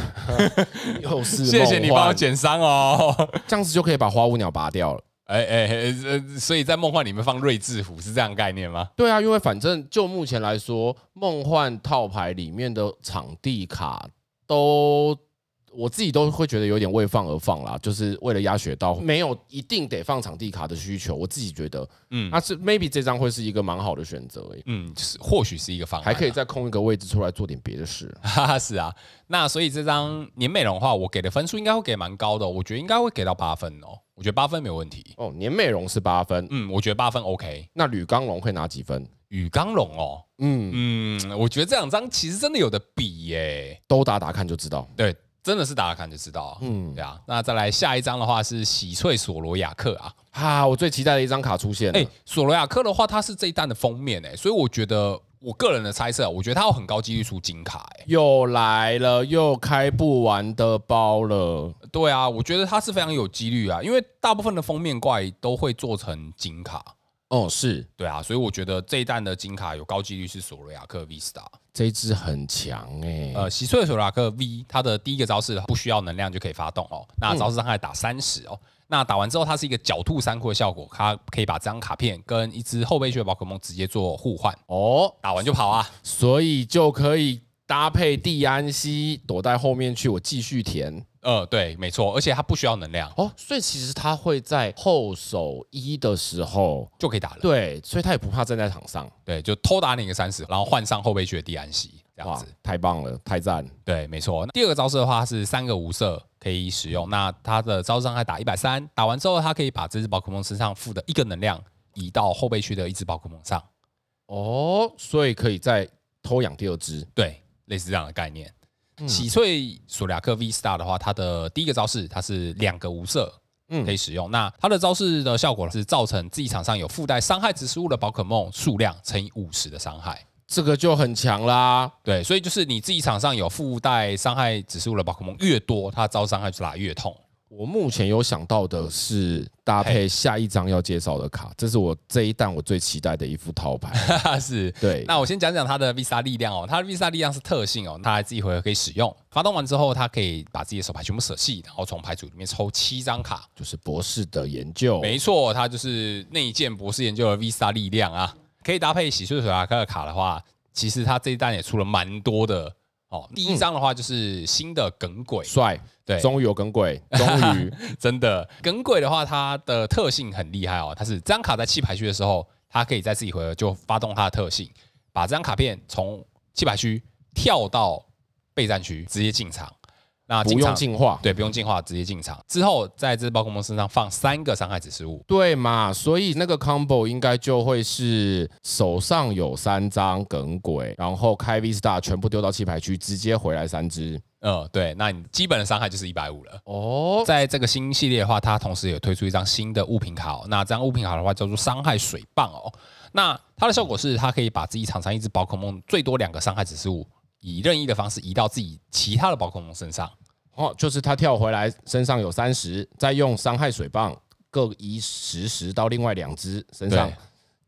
Speaker 2: 又是
Speaker 1: 谢谢你帮我
Speaker 2: 解，
Speaker 1: 减伤哦。
Speaker 2: 这样子就可以把花舞鸟拔掉了。
Speaker 1: 哎哎，哎呃所以在梦幻里面放睿智符是这样的概念吗？
Speaker 2: 对啊，因为反正就目前来说，梦幻套牌里面的场地卡都，我自己都会觉得有点为放而放啦，就是为了压雪
Speaker 1: 嗯
Speaker 2: 道，没有一定得放场地卡的需求。我自己觉得，
Speaker 1: 嗯
Speaker 2: 嗯，那、是 maybe 这张会是一个蛮好的选择、欸，
Speaker 1: 嗯，是或许是一个方案、
Speaker 2: 还可以。再空一个位置出来做点别的事。
Speaker 1: 哈哈， 是啊，那所以这张年美容的话，我给的分数应该会给蛮高的哦、我觉得应该会给到八分哦，我觉得八分没有问题。
Speaker 2: 哦，年美容是八分，
Speaker 1: 嗯，我觉得八分 OK。
Speaker 2: 那吕刚龙会拿几分？
Speaker 1: 雨刚龙哦，
Speaker 2: 嗯，
Speaker 1: 嗯，我觉得这两张其实真的有的比耶、
Speaker 2: 都打打看就知道。
Speaker 1: 对，真的是大家看就知道。嗯，对啊。那再来下一张的话是喜翠索罗亚克啊，
Speaker 2: 哈、我最期待的一张卡出现了。
Speaker 1: 哎、索罗亚克的话，它是这一弹的封面哎、所以我觉得我个人的猜测啊，我觉得它有很高几率出金卡哎、
Speaker 2: 又来了，又开不完的包了。
Speaker 1: 对啊，我觉得它是非常有几率啊，因为大部分的封面怪都会做成金卡。
Speaker 2: 哦，是
Speaker 1: 对啊，所以我觉得这一弹的金卡有高几率是索罗亚克 V Star。
Speaker 2: 这一支很强哎、
Speaker 1: 呃，喜翠的索罗亚克 V，它的第一个招式不需要能量就可以发动哦。那招式伤害打三十哦。那打完之后，它是一个狡兔三窟的效果，它可以把这张卡片跟一只后备区的宝可梦直接做互换，
Speaker 2: 哦，
Speaker 1: 打完就跑啊。
Speaker 2: 所以就可以搭配地安息躲在后面去，我继续填。
Speaker 1: 呃，对，没错，而且它不需要能量
Speaker 2: 哦，所以其实他会在后手一的时候，
Speaker 1: 就可以打人，
Speaker 2: 对，所以他也不怕站在场上。
Speaker 1: 对，就偷打你一个三十，然后换上后备区的地安息这样
Speaker 2: 哇
Speaker 1: 子。，
Speaker 2: 太棒了，太赞！
Speaker 1: 对，没错。那第二个招式的话是三个无色可以使用，那它的招式伤害打一百三，打完之后它可以把这只宝可梦身上附的一个能量移到后备区的一只宝可梦上，
Speaker 2: 哦，所以可以再偷养第二只。
Speaker 1: 对，类似这样的概念。喜翠索亚克 V Star 的话，它的第一个招式它是两个无色
Speaker 2: 嗯
Speaker 1: 可以使用，那它的招式的效果是造成自己场上有附带伤害指示物的宝可梦数量乘以五十的伤害。
Speaker 2: 这个就很强啦。
Speaker 1: 对，所以就是你自己场上有附带伤害指数的宝可梦越多，它招伤害就打越痛。
Speaker 2: 我目前有想到
Speaker 1: 嗯
Speaker 2: 的是搭配下一张要介绍的卡，这是我这一弹我最期待的一副套 牌。
Speaker 1: 是，
Speaker 2: 对，
Speaker 1: 那我先讲讲它的 Visa 力量哦，它的 Visa 力量是特性哦，它自己回合可以使用。发动完之后，它可以把自己的手牌全部舍弃，然后从牌组里面抽七张卡。
Speaker 2: 就是博士的研究。
Speaker 1: 没错，它就是内建博士研究的 Visa 力量啊。可以搭配喜顺水拉克的卡的话，其实它这一弹也出了蛮多的哦。第一张的话就是新的耿鬼，
Speaker 2: 帅，
Speaker 1: 对，
Speaker 2: 终于有耿 鬼，终于
Speaker 1: 真的，耿鬼的话，它的特性很厉害哦。它是这张卡在弃牌区的时候，它可以在自己回合就发动它的特性，把这张卡片从弃牌区跳到备战区，直接进场。那
Speaker 2: 不用
Speaker 1: 场
Speaker 2: 进化。
Speaker 1: 对，不用进化，直接进场。之后在这只宝可梦身上放三个伤害指示物，
Speaker 2: 对嘛，所以那个 combo 应该就会是手上有三张耿鬼，然后开 V star 全部丢到弃牌区，直接回来三只。
Speaker 1: 嗯，对，那你基本的伤害就是一百五了。
Speaker 2: 哦，
Speaker 1: 在这个新系列的话，它同时也推出一张新的物品卡、哦。那这张物品卡的话叫做伤害水棒哦。那它的效果是，它可以把自己场上一只宝可梦最多两个伤害指示物，以任意的方式移到自己其他的宝可梦身上。
Speaker 2: 哦，就是他跳回来，身上有三十，再用伤害水棒各移十十到另外两只身上
Speaker 1: 对，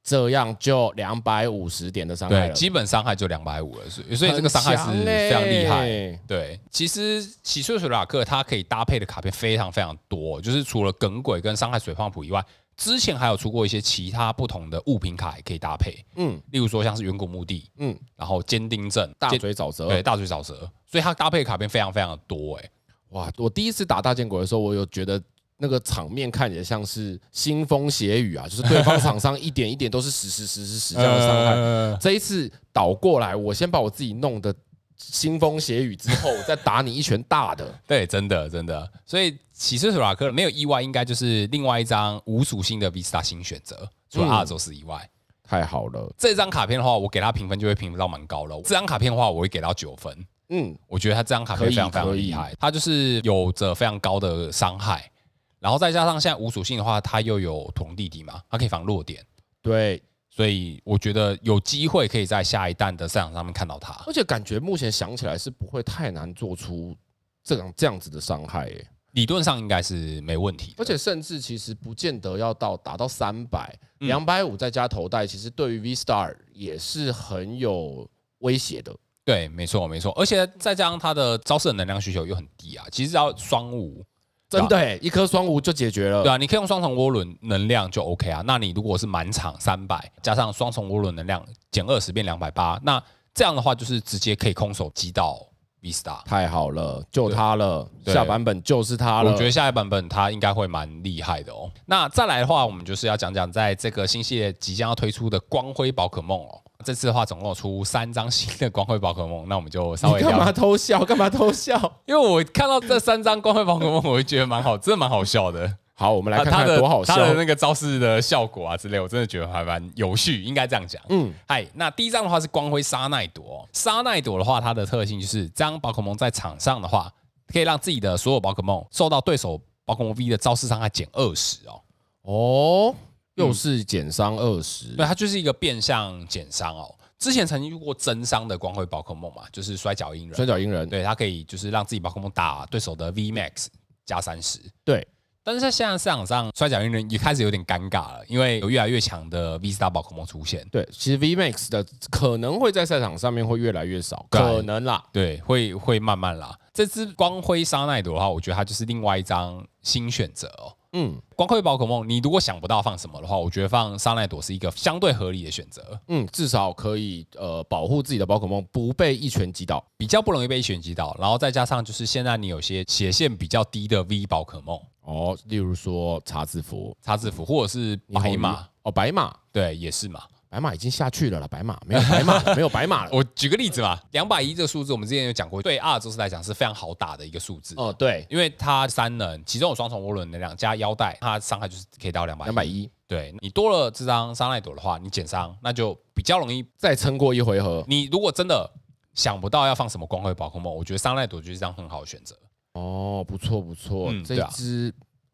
Speaker 2: 这样就两百五十点的伤害
Speaker 1: 对，
Speaker 2: 了。
Speaker 1: 基本伤害就两百五了，所以所以这个伤害是非常厉
Speaker 2: 很强
Speaker 1: 害。
Speaker 2: 欸
Speaker 1: 对，其实喜翠水拉克它可以搭配的卡片非常非常多，就是除了耿鬼跟伤害水放谱以外，之前还有出过一些其他不同的物品卡也可以搭配，
Speaker 2: 嗯
Speaker 1: 例如说像是远古墓地，
Speaker 2: 嗯，
Speaker 1: 然后坚定阵、
Speaker 2: 大
Speaker 1: 坚
Speaker 2: 嘴沼
Speaker 1: 对，
Speaker 2: 泽。
Speaker 1: 大嘴沼泽，所以它搭配的卡片非常非常的多哎、
Speaker 2: 哇，我第一次打大剑鬼的时候，我有觉得。那个场面看起来像是腥风血雨啊，就是对方场上一点一点都是十十十十十这样的伤害，
Speaker 1: 害。
Speaker 2: 这一次倒过来，我先把我自己弄得腥风血雨之后，我再打你一拳大的。
Speaker 1: 对，真的真的，所以骑士索拉克没有意外，应该就是另外一张无属性的 Vista 新选择，除了
Speaker 2: 嗯
Speaker 1: 阿尔宙斯以外，
Speaker 2: 太好了，
Speaker 1: 这张卡片的话，我给它评分就会评分到蛮高了。这张卡片的话，我会给到九分，
Speaker 2: 嗯，
Speaker 1: 我觉得它这张卡
Speaker 2: 可
Speaker 1: 片非
Speaker 2: 以
Speaker 1: 常非常
Speaker 2: 可以
Speaker 1: 厉害，它就是有着非常高的伤害，然后再加上现在无属性的话，它又有土龙弟弟嘛，它可以防弱点，
Speaker 2: 对，
Speaker 1: 所以我觉得有机会可以在下一弹的赛场上面看到它。
Speaker 2: 而且感觉目前想起来是不会太难做出这样这样子的伤害耶，
Speaker 1: 理论上应该是没问题的，
Speaker 2: 而且甚至其实不见得要到打到三百、
Speaker 1: 嗯
Speaker 2: 两百五再加头带，其实对于 V Star 也是很有威胁的。
Speaker 1: 对，没错没错，而且再加上它的招式的能量需求又很低啊，其实只要双五，
Speaker 2: 真的耶，一颗双无就解决了。
Speaker 1: 对啊，你可以用双重涡轮能量就 OK 啊。那你如果是满场三百，加上双重涡轮能量减二十变两百八，那这样的话就是直接可以空手击倒 V Star。
Speaker 2: 太好了，就他了，
Speaker 1: 对
Speaker 2: 下版本就是他了。
Speaker 1: 我觉得下一版本它应该会蛮厉害的哦。那再来的话，我们就是要讲讲在这个新系列即将要推出的光辉宝可梦哦。这次的话，总共有出三张新的光辉宝可梦，那我们就稍微
Speaker 2: 你干
Speaker 1: 聊
Speaker 2: 嘛偷笑？干嘛偷笑？
Speaker 1: 因为我看到这三张光辉宝可梦，我就觉得蛮好，真的蛮好笑的。
Speaker 2: 好，我们来看
Speaker 1: 它
Speaker 2: 看
Speaker 1: 啊的
Speaker 2: 多好笑
Speaker 1: 它。的那个招式的效果啊之类，我真的觉得还蛮有趣，应该这样讲。
Speaker 2: 嗯，
Speaker 1: 嗨，那第一张的话是光辉沙奈朵哦、沙奈朵的话，它的特性就是这张宝可梦在场上的话，可以让自己的所有宝可梦受到对手宝可梦 V 的招式伤害减二十哦。
Speaker 2: 哦，又是减伤二十
Speaker 1: 嗯对，，它啊就是一个变相减伤哦。之前曾经遇过真伤的光辉宝可梦嘛，就是摔跤鹰人，
Speaker 2: 摔角鹰人，
Speaker 1: 对，它可以就是让自己宝可梦打对手的 V Max 加三十。
Speaker 2: 对，
Speaker 1: 但是在现在市场上，摔角运人也开始有点尴尬了，因为有越来越强的 V Star 宝可梦出现，
Speaker 2: 对，其实 VMAX 的可能会在赛场上面会越来越少，
Speaker 1: 对
Speaker 2: 可能啦。
Speaker 1: 对，会会慢慢啦。这只光辉沙奈朵的话，我觉得它就是另外一张新选择哦。
Speaker 2: 嗯
Speaker 1: 光辉宝可梦，你如果想不到放什么的话，我觉得放沙奈朵是一个相对合理的选择，
Speaker 2: 嗯，至少可以呃保护自己的宝可梦不被一拳击倒。
Speaker 1: 比较不容易被一拳击倒。然后再加上就是现在你有些血线比较低的 V 宝可梦，
Speaker 2: 哦，例如说茶字符、
Speaker 1: 叉字符或者是
Speaker 2: 霓虹
Speaker 1: 白
Speaker 2: 鱼
Speaker 1: 马，
Speaker 2: 哦，白马，
Speaker 1: 对，也是嘛。
Speaker 2: 白马已经下去了啦，白马没有白 马，没有白马了。
Speaker 1: 我举个例子嘛，两百一这个数字，我们之前有讲过，对阿尔宙斯来讲是非常好打的一个数字，
Speaker 2: 哦，对，
Speaker 1: 因为它三能，其中有双重涡轮能量加腰带，它伤害就是可以到两百
Speaker 2: 两百。一，
Speaker 1: 对你多了这张伤害朵的话，你减伤，那就比较容易。
Speaker 2: 再撑过一回合。
Speaker 1: 你如果真的想不到要放什么光辉宝可梦，我觉得伤害朵就是一张很好的选择。
Speaker 2: 哦，不错不错，
Speaker 1: 嗯
Speaker 2: 这
Speaker 1: 对啊
Speaker 2: 只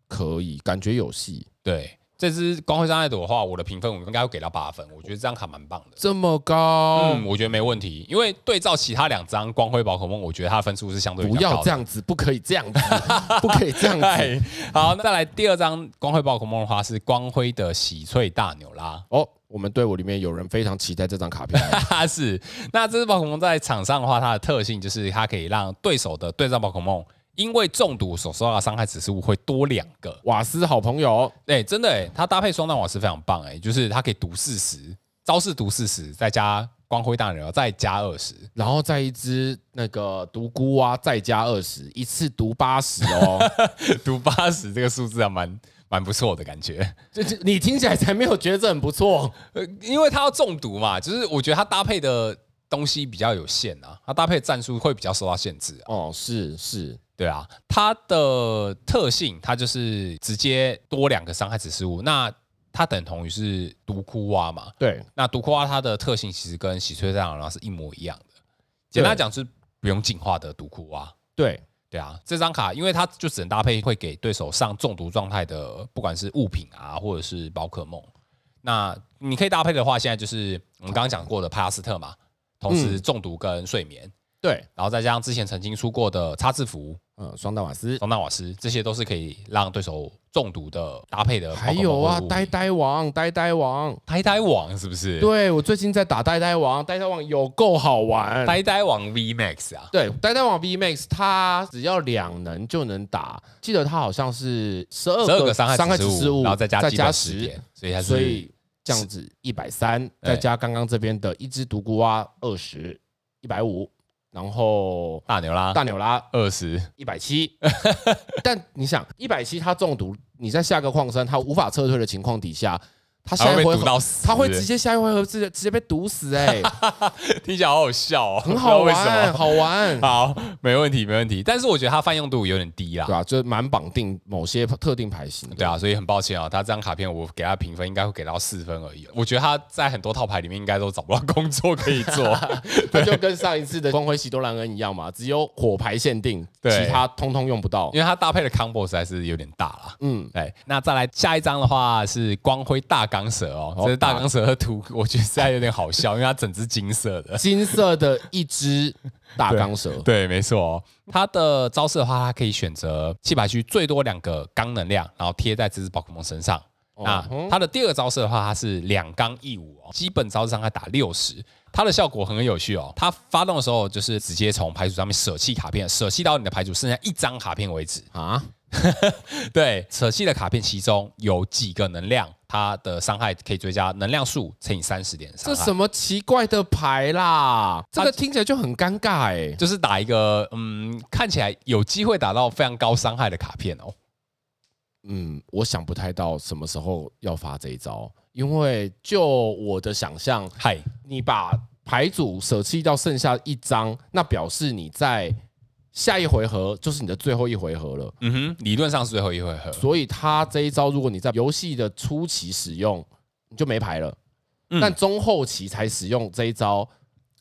Speaker 2: 可以，感觉有戏。
Speaker 1: 对这只光辉伤害朵的话，我的评分我应该会给到八分，我觉得这张卡蛮棒的。
Speaker 2: 这么高，
Speaker 1: 嗯，我觉得没问题，因为对照其他两张光辉宝可梦，我觉得它的分数是相对比
Speaker 2: 不
Speaker 1: 较
Speaker 2: 要
Speaker 1: 高
Speaker 2: 这
Speaker 1: 的。
Speaker 2: 样子，不可以这样子，不可以这样子。
Speaker 1: 哎，好，那再来第二张光辉宝可梦的话是光辉的喜翠大纽拉，
Speaker 2: 哦，我们队伍里面有人非常期待这张卡片，
Speaker 1: 它 是那这只宝可梦在场上的话，它的特性就是它可以让对手的对战宝可梦因为中毒所受到的伤害指数会多两个。
Speaker 2: 瓦斯好朋友，
Speaker 1: 哎、真的哎、它搭配双弹瓦是非常棒哎、就是它可以毒四十，招式毒四十，再加光辉大纽拉，再加二十。
Speaker 2: 然后再一只那个独孤蛙，再加二十，一次毒八十哦。
Speaker 1: 读八十这个数字还蛮蛮不错的感觉，
Speaker 2: 这这你听起来才没有觉得这很不错，
Speaker 1: 呃，因为它要中毒嘛，就是我觉得它搭配的东西比较有限啊，它搭配的战术会比较受到限制啊。
Speaker 2: 哦，是是，
Speaker 1: 对啊，它的特性它就是直接多两个伤害指示物，那它等同于是毒窟蛙嘛。
Speaker 2: 对，
Speaker 1: 那毒窟蛙它的特性其实跟喜翠大狼是一模一样的，简单讲是不用进化的毒窟蛙。
Speaker 2: 对，
Speaker 1: 对啊，这张卡因为它就只能搭配会给对手上中毒状态的，不管是物品啊，或者是宝可梦。那你可以搭配的话，现在就是我们刚刚讲过的帕拉斯特嘛，同时中毒跟睡眠，
Speaker 2: 对，
Speaker 1: 然后再加上之前曾经出过的叉字符、
Speaker 2: 嗯，双蛋瓦斯，
Speaker 1: 双纳瓦斯，这些都是可以让对手中毒的搭配的宝可
Speaker 2: 还
Speaker 1: 梦
Speaker 2: 有
Speaker 1: 或
Speaker 2: 啊，
Speaker 1: 者物品
Speaker 2: 呆呆王，呆呆王，
Speaker 1: 呆呆王是不是？，
Speaker 2: 对啊我最近在打呆呆王，呆呆王有够好玩。
Speaker 1: 呆呆王 V Max 啊，
Speaker 2: 对，呆呆王 V Max，它只要两能就能打，记得它好像是十二
Speaker 1: 十二
Speaker 2: 个
Speaker 1: 个伤害
Speaker 2: 害
Speaker 1: 指
Speaker 2: 指示
Speaker 1: 示
Speaker 2: 物，
Speaker 1: 然后再加
Speaker 2: 再
Speaker 1: 基
Speaker 2: 加
Speaker 1: 本十
Speaker 2: 十
Speaker 1: 点，，所以它是
Speaker 2: 所
Speaker 1: 哎
Speaker 2: 以这样子一百三，再加刚刚这边的一只独孤蛙二十，一百五，然后
Speaker 1: 大牛啦，
Speaker 2: 大纽拉
Speaker 1: 二十，
Speaker 2: 一百七，但你想一百七它中毒，你在下个矿山它无法撤退的情况底下，它
Speaker 1: 它
Speaker 2: 下
Speaker 1: 会
Speaker 2: 一
Speaker 1: 被
Speaker 2: 回
Speaker 1: 毒
Speaker 2: 合
Speaker 1: 到死，
Speaker 2: 它会
Speaker 1: 是不
Speaker 2: 直
Speaker 1: 是
Speaker 2: 接下一回合直接直接被毒死 哎、
Speaker 1: 听起来好好笑哦，
Speaker 2: 很好
Speaker 1: 不知道为什
Speaker 2: 玩，
Speaker 1: 么
Speaker 2: 好玩。
Speaker 1: 好，没问题，没问题。但是我觉得它泛用度有点低啦
Speaker 2: 对。啊，就是蛮绑定某些特定牌型的。
Speaker 1: 对啊，所以很抱歉啊、它这张卡片我给它评分应该会给到四分而已。我觉得它在很多套牌里面应该都找不到工作可以 做。
Speaker 2: 它就跟上一次的光辉喜多兰恩一样嘛，只有火牌限定，
Speaker 1: 对
Speaker 2: 其他通通用不到。
Speaker 1: 因为它搭配的 combo 实在是有点大啦。
Speaker 2: 嗯，
Speaker 1: 对，那再来下一张的话是光辉大钢蛇哦，
Speaker 2: 哦
Speaker 1: 这是大钢蛇的图，我觉得实在有点好笑，因为它整只金色 的。
Speaker 2: 金色的一只大钢蛇，
Speaker 1: 对，没错、哦，它的招式的话，它可以选择气排区最多两个钢能量，然后贴在这只宝可梦身上。那
Speaker 2: 嗯
Speaker 1: 它的第二个招式的话，它是两钢一五哦，基本招式伤害打六十。它的效果很有趣哦，它发动的时候就是直接从牌组上面舍弃卡片，舍弃到你的牌组剩下一张卡片为止。
Speaker 2: 啊，
Speaker 1: 对，舍弃的卡片其中有几个能量，它的伤害可以追加能量数乘以三十点的伤
Speaker 2: 这
Speaker 1: 害。
Speaker 2: 什么奇怪的牌啦？这
Speaker 1: 它
Speaker 2: 个听起来就很尴尬哎。
Speaker 1: 就是打一个嗯，看起来有机会打到非常高伤害的卡片哦。
Speaker 2: 嗯，我想不太到什么时候要发这一招，因为就我的想象，
Speaker 1: 嗨，
Speaker 2: 你把牌组舍弃到剩下一张，那表示你在下一回合就是你的最后一回合了。
Speaker 1: 嗯哼，理论上是最后一回合。
Speaker 2: 所以他这一招，如果你在游戏的初期使用，你就没牌了。
Speaker 1: 嗯
Speaker 2: 但中后期才使用这一招，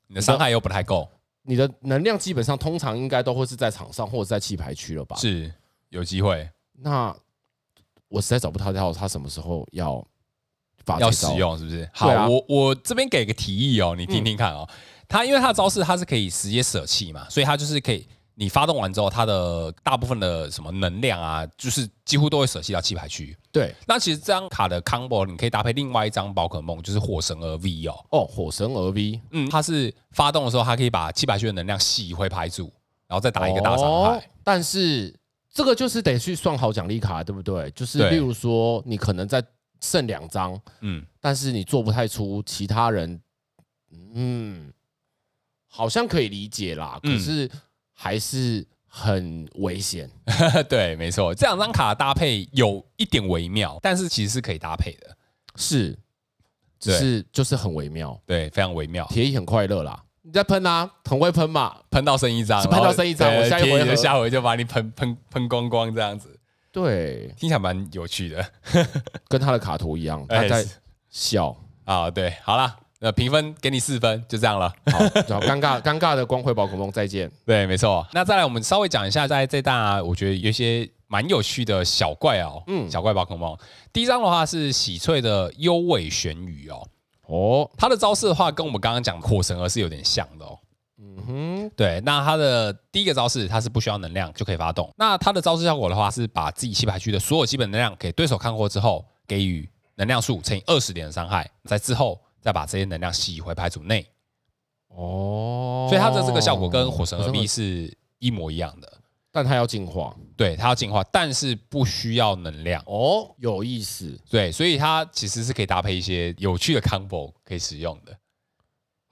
Speaker 1: 你的伤害又不太够，
Speaker 2: 你的能量基本上通常应该都会是在场上或者在弃牌区了吧？
Speaker 1: 是有机会
Speaker 2: 那我实在找不太到他什么时候要发
Speaker 1: 要
Speaker 2: 这
Speaker 1: 使
Speaker 2: 招。
Speaker 1: 用，是不是？好，
Speaker 2: 对啊嗯
Speaker 1: 我我这边给个提议哦，你听听看哦。它因为它的招式它是可以直接舍弃嘛，所以它就是可以你发动完之后，它的大部分的什么能量啊，就是几乎都会舍弃到弃牌区。
Speaker 2: 对，
Speaker 1: 那其实这张卡的 combo 你可以搭配另外一张宝可梦，就是火神儿 V 哦，
Speaker 2: 哦，火神俄 V
Speaker 1: 嗯，它是发动的时候，它可以把弃牌区的能量吸回牌组，然后再打一个大伤害。
Speaker 2: 哦哦但是这个就是得去算好奖励卡，对不对？就是
Speaker 1: 对
Speaker 2: 例如说，你可能在剩两张，
Speaker 1: 嗯，
Speaker 2: 但是你做不太出其他人，嗯，好像可以理解啦，可
Speaker 1: 嗯
Speaker 2: 是还是很危险。
Speaker 1: 对，没错，这两张卡的搭配有一点微妙，但是其实是可以搭配的，
Speaker 2: 是，只
Speaker 1: 对
Speaker 2: 是就是很微妙。
Speaker 1: 对，非常微妙。
Speaker 2: 铁一很快乐啦，你在喷啊，很会喷嘛。
Speaker 1: 喷到剩一张，
Speaker 2: 是喷到
Speaker 1: 然后
Speaker 2: 剩一张
Speaker 1: 对
Speaker 2: 我下一回合
Speaker 1: 贴你的下回就把你喷 喷喷光光这样子，
Speaker 2: 对，
Speaker 1: 听起来蛮有趣的
Speaker 2: 跟他的卡图一样，他
Speaker 1: 哎
Speaker 2: 在
Speaker 1: 是
Speaker 2: 笑。
Speaker 1: 啊。对，好啦，那评分给你四分，就这样了。
Speaker 2: 好，好尴 尬尴尬的光辉宝可梦再见。
Speaker 1: 对，没错。那再来，我们稍微讲一下，在这大我觉得有一些蛮有趣的小怪哦，嗯，小怪宝可梦。第一张的话是喜翠的幽尾玄羽哦，
Speaker 2: 哦，
Speaker 1: 它的招式的话跟我们刚刚讲的火神儿是有点像的哦。
Speaker 2: 嗯哼，
Speaker 1: 对，那它的第一个招式它是不需要能量就可以发动。那它的招式效果的话是把自己棋牌区的所有基本能量给对手看过之后，给予能量数乘以二十点的伤害，在之后再把这些能量吸回牌组内。
Speaker 2: 哦，
Speaker 1: 所以它的这个效果跟火神
Speaker 2: 火
Speaker 1: 二
Speaker 2: 神
Speaker 1: B 是一模一样的。
Speaker 2: 哦但它要进化。
Speaker 1: 对，它要进化，但是不需要能量。
Speaker 2: 哦，有意思。
Speaker 1: 对，所以它其实是可以搭配一些有趣的 combo 可以使用的。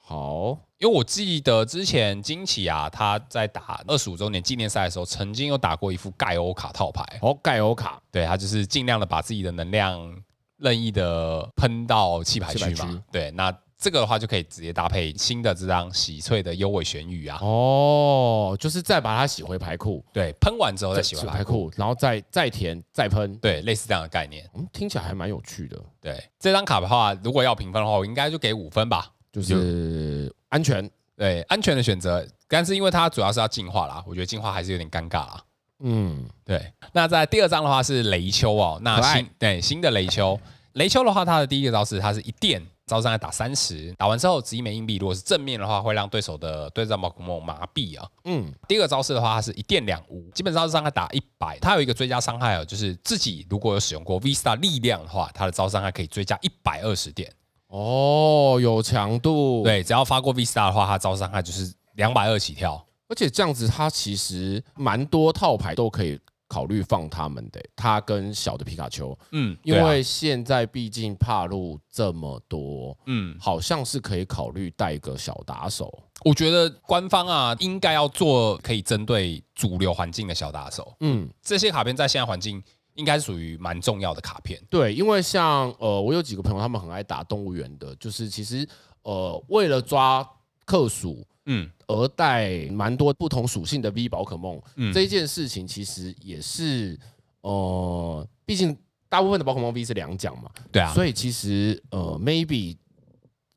Speaker 2: 好，
Speaker 1: 因为我记得之前金奇啊，他在打二十五周年纪念赛的时候，曾经有打过一副盖欧卡套牌。
Speaker 2: 哦，盖欧卡
Speaker 1: 对，他就是尽量的把自己的能量任意的喷到气牌区
Speaker 2: 气牌区
Speaker 1: 嘛。对，那这个的话就可以直接搭配新的这张喜翠的幽尾玄羽啊。
Speaker 2: 哦，就是再把它洗回牌库，
Speaker 1: 对，喷完之后再洗回
Speaker 2: 洗
Speaker 1: 牌库。
Speaker 2: 库，然后再再填再喷，
Speaker 1: 对，类似这样的概念。
Speaker 2: 嗯，听起来还蛮有趣的，
Speaker 1: 对，这张卡的话，如果要评分的话，我应该就给五分吧。
Speaker 2: 就是安全，
Speaker 1: 对，安全的选择，但是因为它主要是要进化啦，我觉得进化还是有点尴尬啦。
Speaker 2: 嗯，
Speaker 1: 对，那在第二章的话是雷丘哦，那
Speaker 2: 可爱
Speaker 1: 新对新的雷丘，雷丘的话，它的第一个招式它是一电，招伤害打三十，打完之后只一枚硬币，如果是正面的话，会让对手的对战宝可梦麻痹啊。
Speaker 2: 嗯，
Speaker 1: 第二个招式的话，它是一电两无，基本上是伤害打一百，它有一个追加伤害哦，就是自己如果有使用过 V Star 力量的话，它的招伤害可以追加一百二十点。
Speaker 2: 哦，有强度，，
Speaker 1: 对，只要发过 V Star 的话，它招伤害就是两百二起跳。
Speaker 2: 而且这样子它其实蛮多套牌都可以考虑放他们的，它跟小的皮卡丘，
Speaker 1: 嗯，
Speaker 2: 因
Speaker 1: 对啊
Speaker 2: 为现在毕竟帕路这么多，
Speaker 1: 嗯，
Speaker 2: 好像是可以考虑带个小打手，
Speaker 1: 我觉得官方啊应该要做可以针对主流环境的小打手，
Speaker 2: 嗯，
Speaker 1: 这些卡片在现在环境应该是属于蛮重要的卡片。
Speaker 2: 对，因为像呃，我有几个朋友，他们很爱打动物园的，就是其实呃，为了抓克数
Speaker 1: 嗯
Speaker 2: 而带蛮多不同属性的 V 宝可梦，
Speaker 1: 嗯，
Speaker 2: 这一件事情其实也是呃，毕竟大部分的宝可梦 V 是两奖嘛，
Speaker 1: 对啊，
Speaker 2: 所以其实呃，maybe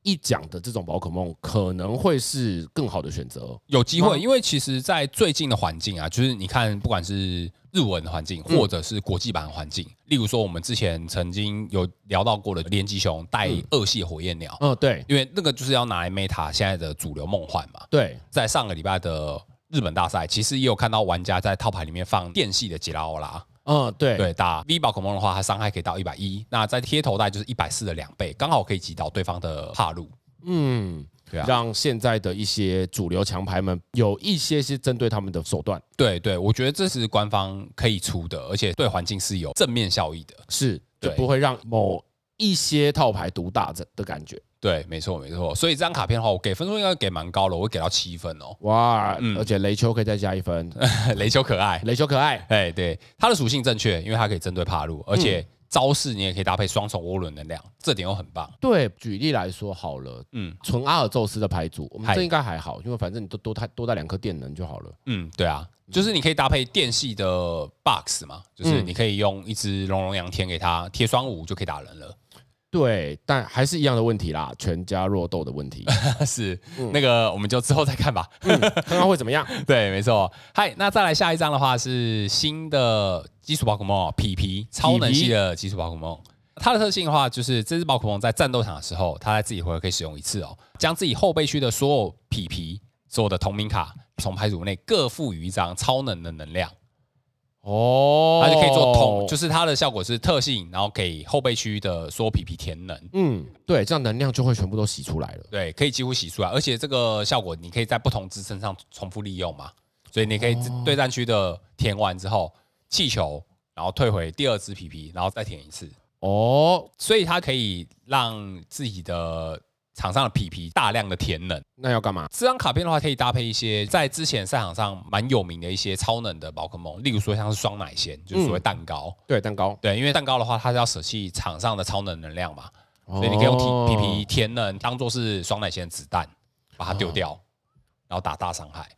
Speaker 2: 一奖的这种宝可梦可能会是更好的选择。
Speaker 1: 有机会，
Speaker 2: 嗯
Speaker 1: 因为其实，在最近的环境啊，就是你看，不管是日文的环境，
Speaker 2: 嗯
Speaker 1: 或者是国际版的环境，例如说我们之前曾经有聊到过的连吉熊带恶系火焰鸟，
Speaker 2: 嗯、对
Speaker 1: 因为那个就是要拿来 Meta 现在的主流梦幻嘛。
Speaker 2: 对，
Speaker 1: 在上个礼拜的日本大赛，其实也有看到玩家在套牌里面放电系的吉拉欧拉，
Speaker 2: 嗯、对
Speaker 1: 对，打 V 宝可梦的话，它伤害可以到一百一，那在贴头带就是一百四的两倍，刚好可以击倒对方的帕路。
Speaker 2: 嗯，
Speaker 1: 对啊
Speaker 2: 让现在的一些主流强牌们有一些是针对他们的手段。
Speaker 1: 对对，我觉得这是官方可以出的，而且对环境是有正面效益的。
Speaker 2: 是就
Speaker 1: 对
Speaker 2: 不会让某一些套牌独大的的感觉。
Speaker 1: 对，没错没错。所以这张卡片的话，我给分数应该给蛮高的，我会给到七分哦。
Speaker 2: 哇，
Speaker 1: 嗯
Speaker 2: 而且雷丘可以再加一分，
Speaker 1: 雷丘可爱，
Speaker 2: 雷丘可爱，
Speaker 1: 哎，对，它的属性正确，因为它可以针对帕路，而
Speaker 2: 嗯
Speaker 1: 且招式你也可以搭配双重涡轮能量，这点又很棒。
Speaker 2: 对，举例来说好了，
Speaker 1: 嗯
Speaker 2: 纯阿尔宙斯的牌组，我们
Speaker 1: 嗨
Speaker 2: 这应该还好，因为反正你都多带多带两颗电能就好了。
Speaker 1: 嗯，对啊，就是你可以搭配电系的 box 嘛，就是
Speaker 2: 嗯
Speaker 1: 你可以用一只龙龙羊天给它贴双五就可以打人了。
Speaker 2: 对，但还是一样的问题啦，全家弱豆的问题，
Speaker 1: 是、那个，我们就之后再看吧。
Speaker 2: 看看会怎么样？
Speaker 1: 对，没错。嗨，那再来下一张的话是新的基础宝可梦哦皮皮，超能系的基础宝可梦。它的特性的话，就是这只宝可梦在战斗场的时候，它在自己回合可以使用一次哦，将自己后备区的所有皮皮、所有的同名卡从牌组内各赋予一张超能的能量，
Speaker 2: 哦
Speaker 1: 它就可以做同，就是它的效果是特性，然后给后备区的所有皮皮填能。
Speaker 2: 嗯，对，这样能量就会全部都洗出来了。
Speaker 1: 对，可以几乎洗出来，而且这个效果你可以在不同支撑上重复利用嘛，所以你可以对战区的填完之后，气球，然后退回第二只皮皮，然后再舔一次，
Speaker 2: 哦，
Speaker 1: 所以它可以让自己的场上的皮皮大量的填能。
Speaker 2: 那要干嘛？
Speaker 1: 这张卡片的话，可以搭配一些在之前赛场上蛮有名的一些超能的宝可梦，例如说像是双奶仙，就是所谓蛋糕。
Speaker 2: 对，蛋糕，
Speaker 1: 对，因为蛋糕的话，它是要舍弃场上的超能能量嘛，所以你可以用
Speaker 2: 哦
Speaker 1: 体皮皮天能当做是双奶仙的子弹，把它丢掉，
Speaker 2: 啊
Speaker 1: 然后打大伤害。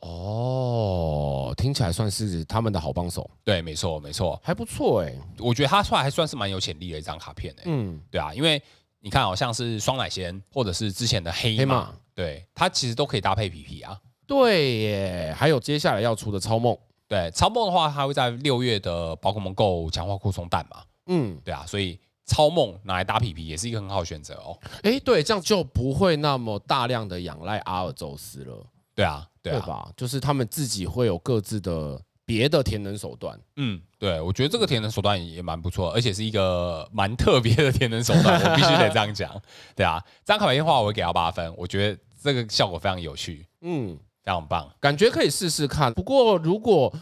Speaker 2: 哦，听起来算是他们的好帮手，
Speaker 1: 对，没错，没错。
Speaker 2: 还不错哎、
Speaker 1: 我觉得它出来还算是蛮有潜力的一张卡片诶、
Speaker 2: 嗯，
Speaker 1: 对啊，因为你看、好像是双奶仙，或者是之前的黑马，
Speaker 2: 黑马，
Speaker 1: 对，它其实都可以搭配皮皮啊。
Speaker 2: 对耶，还有接下来要出的超梦，
Speaker 1: 对，超梦的话，它会在六月的宝可梦 Go 强化扩充蛋嘛，
Speaker 2: 嗯，
Speaker 1: 对啊，所以超梦拿来搭皮皮也是一个很好的选择哦。
Speaker 2: 哎，对，这样就不会那么大量的仰赖阿尔宙斯了，
Speaker 1: 对啊，对
Speaker 2: 对,、
Speaker 1: 啊，
Speaker 2: 吧？就是他们自己会有各自的别的填能手段，
Speaker 1: 嗯，对，我觉得这个填能手段也也蛮不错，而且是一个蛮特别的填能手段，我必须得这样讲。对啊，张卡牌的话，我会给到八分，我觉得这个效果非常有趣，
Speaker 2: 嗯，
Speaker 1: 非常棒。
Speaker 2: 感觉可以试试看。不过如果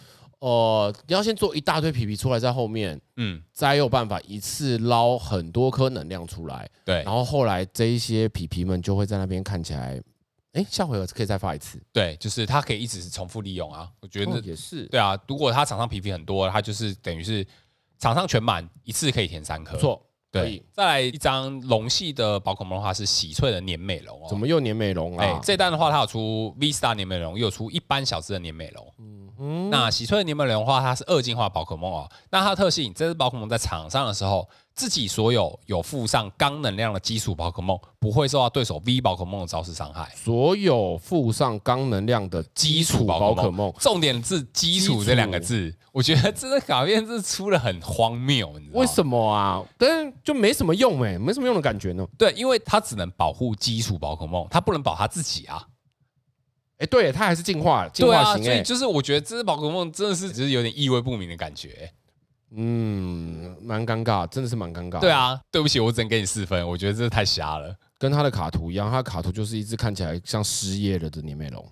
Speaker 2: 呃，你要先做一大堆皮皮出来，在后面
Speaker 1: 嗯，
Speaker 2: 再有办法一次捞很多颗能量出来，
Speaker 1: 对
Speaker 2: 然后后来这一些皮皮们就会在那边看起来，哎，下回合可以再发一次。
Speaker 1: 对，就是它可以一直重复利用啊，我觉得、
Speaker 2: 哦也是
Speaker 1: 对啊。如果它场上皮皮很多，它就是等于是场上全满一次可以填三颗，
Speaker 2: 不错，可
Speaker 1: 对
Speaker 2: 以。，
Speaker 1: 再来一张龙系的宝可梦的话是喜翠的年美龙哦，
Speaker 2: 怎么又粘美容
Speaker 1: 哎、
Speaker 2: 啊？
Speaker 1: 这单的话，它有出 V Star 年美龙，也有出一般小只的年美龙。
Speaker 2: 嗯
Speaker 1: 那喜翠的年美龙的话，它是二进化宝可梦哦。那它的特性，这只宝可梦在场上的时候，自己所有有附上刚能量的基础宝可梦，不会受到对手 V 宝可梦的招式伤害。
Speaker 2: 所有附上刚能量的基础宝可梦，
Speaker 1: 重点是“基
Speaker 2: 基
Speaker 1: 础”
Speaker 2: 础
Speaker 1: 这两个字，我觉得这个卡片是出的很荒谬，你知道吗？
Speaker 2: 为什么啊？但就没什么用哎、没什么用的感觉呢。
Speaker 1: 对，因为它只能保护基础宝可梦，它不能保它自己啊。
Speaker 2: 哎、对，它还是进化进
Speaker 1: 对
Speaker 2: 化
Speaker 1: 啊，
Speaker 2: 型
Speaker 1: 所
Speaker 2: 哎、
Speaker 1: 以就是我觉得这只宝可梦真的是就是有点意味不明的感觉、
Speaker 2: 嗯，蛮尴尬，真的是蛮尴尬。
Speaker 1: 对，啊，对不起，我只能给你四分，我觉得这太瞎了，
Speaker 2: 跟它的卡图一样，它的卡图就是一只看起来像失业了的粘美 龙，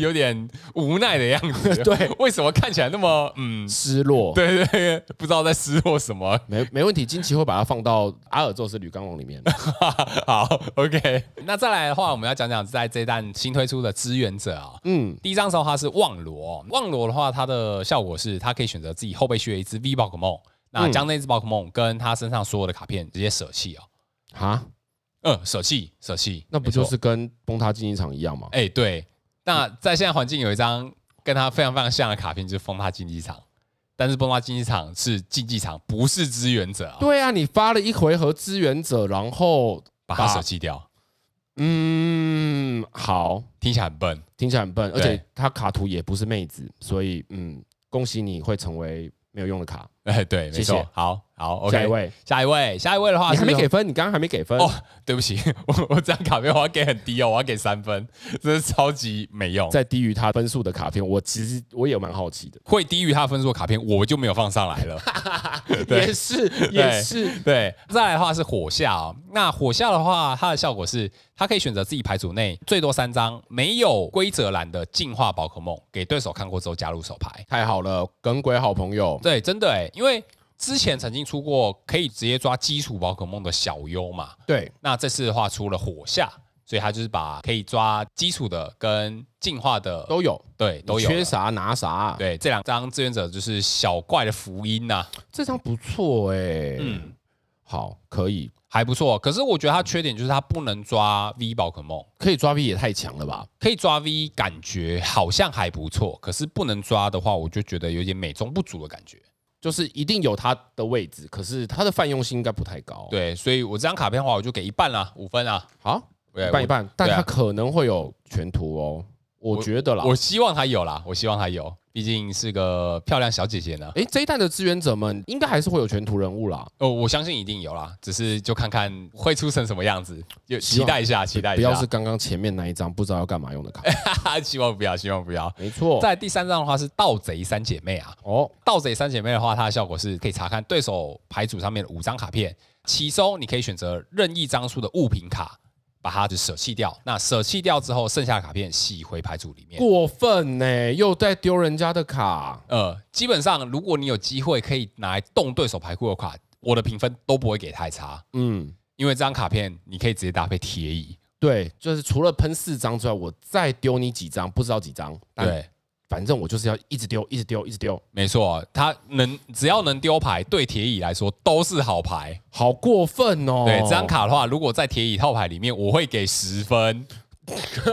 Speaker 1: 有点无奈的样 子。对，为什么看起来那么嗯？
Speaker 2: 失落。，
Speaker 1: 对对 对，不知道在失落什么。
Speaker 2: 没没问题，金奇会把它放到阿尔宙斯铝钢龙里面。
Speaker 1: 好，OK。那再来的话，我们要讲讲在这一弹新推出的支援者啊、
Speaker 2: 嗯，
Speaker 1: 第一张的时候它是望罗，望罗的话，它的效果是它可以选择自己后备区的一只 V 宝可梦，那
Speaker 2: 嗯
Speaker 1: 将那只宝可梦跟它身上所有的卡片直接舍弃哦。
Speaker 2: 哈，
Speaker 1: 嗯，舍弃，舍弃，
Speaker 2: 那不
Speaker 1: 没错
Speaker 2: 就是跟崩塌竞技场一样吗？
Speaker 1: 哎、对，那在现在环境有一张跟它非常非常像的卡片，就是风踏竞技场，但是风踏竞技场是竞技场，不是支援者、啊，
Speaker 2: 对啊，你发了一回合支援者，然后
Speaker 1: 把它舍弃掉，
Speaker 2: 嗯，好，
Speaker 1: 听起来很笨。
Speaker 2: 听起来很笨，而
Speaker 1: 对
Speaker 2: 且它卡图也不是妹子，所以嗯，恭喜你会成为没有用的卡。
Speaker 1: 哎、对，没
Speaker 2: 谢
Speaker 1: 错
Speaker 2: 谢，
Speaker 1: 好好，OK，
Speaker 2: 下一，位，
Speaker 1: 下一位，下一位的话
Speaker 2: 你
Speaker 1: 是
Speaker 2: 还没给，分，你刚刚还没给分。
Speaker 1: 哦对不起， 我我这张卡片我要给很低哦，我要给三分，真是超级没用。
Speaker 2: 在低于他分数的卡片，我其实我也蛮好奇的。
Speaker 1: 会低于他分数的卡片，我就没有放上来了。对
Speaker 2: 也是，也是，
Speaker 1: 对，再来的话是火下哦。那火下的话，它的效果是，它可以选择自己牌组内最多三张没有规则栏的进化宝可梦，给对手看过之后加入手牌。
Speaker 2: 太好了，耿鬼好朋友。
Speaker 1: 对，真的哎，因为之前曾经出过可以直接抓基础宝可梦的小优嘛，
Speaker 2: 对，
Speaker 1: 那这次的话出了火下，所以它就是把可以抓基础的跟进化的
Speaker 2: 都有，
Speaker 1: 对都有
Speaker 2: 你缺
Speaker 1: 了。
Speaker 2: 啥拿啥。，
Speaker 1: 对，这两张志愿者就是小怪的福音呐、
Speaker 2: 这张不错哎、
Speaker 1: 嗯，
Speaker 2: 好，可以，
Speaker 1: 还不错。可是我觉得它缺点就是它不能抓 V 宝可梦。
Speaker 2: 可以抓 V 也太强了吧？
Speaker 1: 可以抓 V，感觉好像还不错，可是不能抓的话，我就觉得有点美中不足的感觉。
Speaker 2: 就是一定有它的位置，可是它的泛用性应该不太高。，
Speaker 1: 对，所以我这张卡片的话，我就给一半啦，五分啊。
Speaker 2: 好，
Speaker 1: 对
Speaker 2: 一半一半，但
Speaker 1: 对啊
Speaker 2: 它可能会有全图哦，我觉得啦
Speaker 1: 我。。我希望它有啦，我希望它有，毕竟是个漂亮小姐姐呢。
Speaker 2: 哎，这一代的志愿者们应该还是会有全图人物啦，
Speaker 1: 哦，我相信一定有啦，只是就看看会出成什么样子，就
Speaker 2: 希
Speaker 1: 期
Speaker 2: 望
Speaker 1: 待一下，期待一
Speaker 2: 不
Speaker 1: 下。
Speaker 2: 要是刚刚前面那一张不知道要干嘛用的卡。
Speaker 1: 希望不要，希望不要。
Speaker 2: 没错，
Speaker 1: 在第三张的话是盗贼三姐妹啊，
Speaker 2: 哦，
Speaker 1: 盗贼三姐妹的话，它的效果是可以查看对手牌组上面的五张卡片，其中你可以选择任意张数的物品卡，把它就舍弃掉。那舍弃掉之后，剩下的卡片洗回牌组里面。
Speaker 2: 过分呢、又在丢人家的卡，
Speaker 1: 呃，基本上如果你有机会可以拿来动对手牌库的卡，我的评分都不会给太差，
Speaker 2: 嗯，
Speaker 1: 因为这张卡片你可以直接搭配贴衣。
Speaker 2: 对，就是除了喷四张之外，我再丢你几张，不知道几张，但
Speaker 1: 对，
Speaker 2: 反正我就是要一直丢，一直丢，一直丢，
Speaker 1: 没错，它能只要能丢牌，对铁乙来说都是好牌。
Speaker 2: 好过分哦！
Speaker 1: 对这张卡的话，如果在铁乙套牌里面，我会给十分。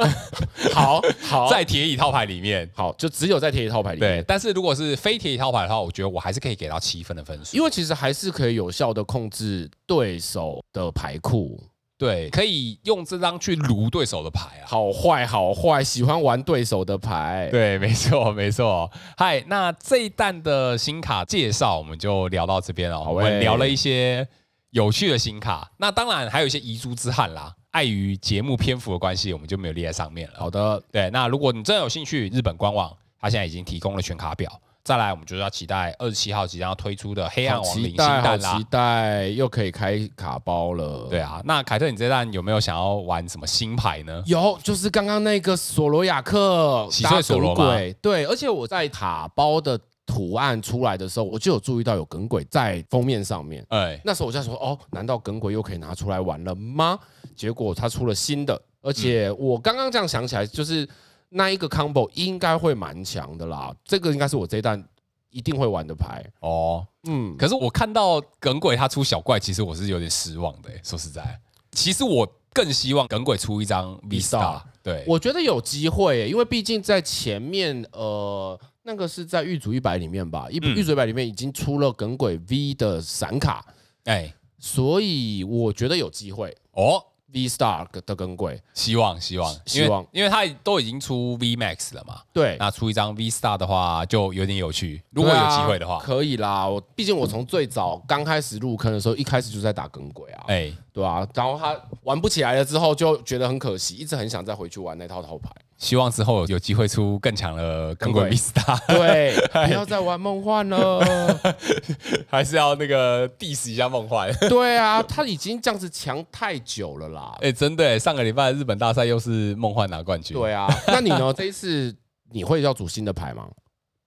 Speaker 2: 好好
Speaker 1: 在铁乙套牌里面，
Speaker 2: 好，就只有在铁一套牌里
Speaker 1: 对
Speaker 2: 面，，
Speaker 1: 但是如果是非铁乙套牌的话，我觉得我还是可以给到七分的分数。
Speaker 2: 因为其实还是可以有效的控制对手的牌库，
Speaker 1: 对，可以用这张去撸对手的牌啊。
Speaker 2: 好坏好坏，喜欢玩对手的牌，
Speaker 1: 对，没错，没错。嗨，那这一弹的新卡介绍我们就聊到这边哦。
Speaker 2: 好
Speaker 1: 我们
Speaker 2: 欸
Speaker 1: 聊了一些有趣的新卡，那当然还有一些遗珠之憾啦。碍于节目篇幅的关系，我们就没有列在上面了。
Speaker 2: 好的，
Speaker 1: 对，那如果你真的有兴趣，日本官网它现在已经提供了全卡表。再来，我们就是要期待二十七号即将要推出的黑暗
Speaker 2: 好
Speaker 1: 亡
Speaker 2: 期
Speaker 1: 灵新
Speaker 2: 待，好
Speaker 1: 蛋
Speaker 2: 期
Speaker 1: 啦。
Speaker 2: 待，又可以开卡包了，
Speaker 1: 对。啊，那凯特，你这弹有没有想要玩什么新牌呢？
Speaker 2: 有，就是刚刚那个索罗亚克
Speaker 1: 洗碎索罗吗
Speaker 2: 搭耿鬼，对，而且我在塔包的图案出来的时候，我就有注意到有耿鬼在封面上面。
Speaker 1: 哎，
Speaker 2: 那时候我就想说，哦，难道耿鬼又可以拿出来玩了吗？结果他出了新的，而
Speaker 1: 嗯
Speaker 2: 且我刚刚这样想起来，就是那一个 combo 应该会蛮强的啦。这个应该是我这一弹一定会玩的牌。
Speaker 1: 哦，
Speaker 2: 嗯，
Speaker 1: 可是我看到耿鬼他出小怪，其实我是有点失望的、欸。说实在，其实我更希望耿鬼出一张 V Star
Speaker 2: V-Star。
Speaker 1: 对，
Speaker 2: 我觉得有机会耶，因为毕竟在前面，呃，那个是在玉组一百里面吧，一
Speaker 1: 嗯
Speaker 2: 玉组一百里面已经出了耿鬼 V 的闪卡，
Speaker 1: 哎、
Speaker 2: 所以我觉得有机会
Speaker 1: 哦，
Speaker 2: V Star 的耿鬼，
Speaker 1: 希望希望，
Speaker 2: 希望
Speaker 1: 因为因为他都已经出 V Max 了嘛，
Speaker 2: 对，
Speaker 1: 那出一张 V Star 的话就有点有趣。啊如果
Speaker 2: 对
Speaker 1: 有
Speaker 2: 啊
Speaker 1: 机会的话，
Speaker 2: 可以啦。我毕竟我从最早刚开始入坑的时候，一开始就在打耿鬼啊，
Speaker 1: 哎、
Speaker 2: 对啊，然后他玩不起来了之后，就觉得很可惜，一直很想再回去玩那套套牌。
Speaker 1: 希望之后有机会出更强的耿
Speaker 2: 耿
Speaker 1: 鬼 V
Speaker 2: 鬼
Speaker 1: Star，
Speaker 2: 对，不要再玩梦幻了。
Speaker 1: 还是要那个 diss 一下梦 幻。
Speaker 2: 对啊，他已经这样子强太久了啦。
Speaker 1: 哎、真的、欸，上个礼拜日本大赛又是梦幻拿冠军。
Speaker 2: 对啊， 那你呢？这一次你会要组新的牌吗？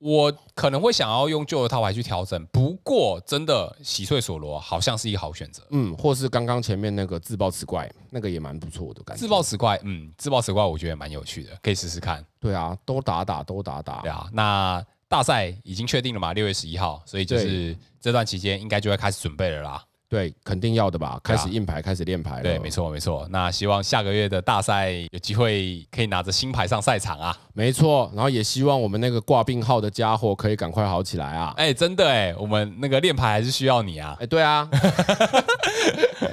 Speaker 1: 我可能会想要用旧的套牌去调整，不过真的洗碎索罗好像是一个好选择。
Speaker 2: 嗯，或是刚刚前面那个自爆磁怪，那个也蛮不错的感觉。
Speaker 1: 自爆石块，嗯，自爆石块我觉得蛮有趣的，可以试试看。
Speaker 2: 对啊，都打打都打打
Speaker 1: 对。啊，那大赛已经确定了嘛，六月十一号，所以就是这段期间应该就会开始准备了啦。
Speaker 2: 对，肯定要的吧？
Speaker 1: 对
Speaker 2: 开
Speaker 1: 啊
Speaker 2: 始印牌，开始练牌了。
Speaker 1: 对，没，错没错。那希望下个月的大赛有机会可以拿着新牌上赛场啊！
Speaker 2: 没错。然后也希望我们那个挂病号的家伙可以赶快好起来啊！
Speaker 1: 哎，真的哎，我们那个练牌还是需要你啊。
Speaker 2: 哎，对啊，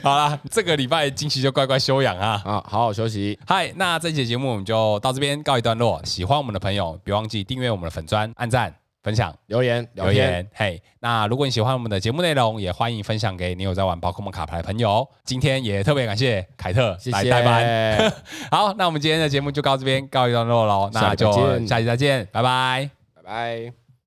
Speaker 1: 好啦，这个礼拜金奇就乖乖休养啊。
Speaker 2: 啊，好好休息。
Speaker 1: 嗨，那这期节目我们就到这边告一段落。喜欢我们的朋友，别忘记订阅我们的粉砖、按赞、分享、
Speaker 2: 留言，
Speaker 1: 留
Speaker 2: 聊天，
Speaker 1: 言。嘿，那如果你喜欢我们的节目内容，也欢迎分享给你有在玩宝可梦卡牌的朋友哦。今天也特别感谢凯特
Speaker 2: 谢
Speaker 1: 来
Speaker 2: 谢。
Speaker 1: 代班。好，那我们今天的节目就到这边告一段落喽。那
Speaker 2: 下礼拜
Speaker 1: 就
Speaker 2: 见
Speaker 1: 下期再见，拜拜。
Speaker 2: 拜拜。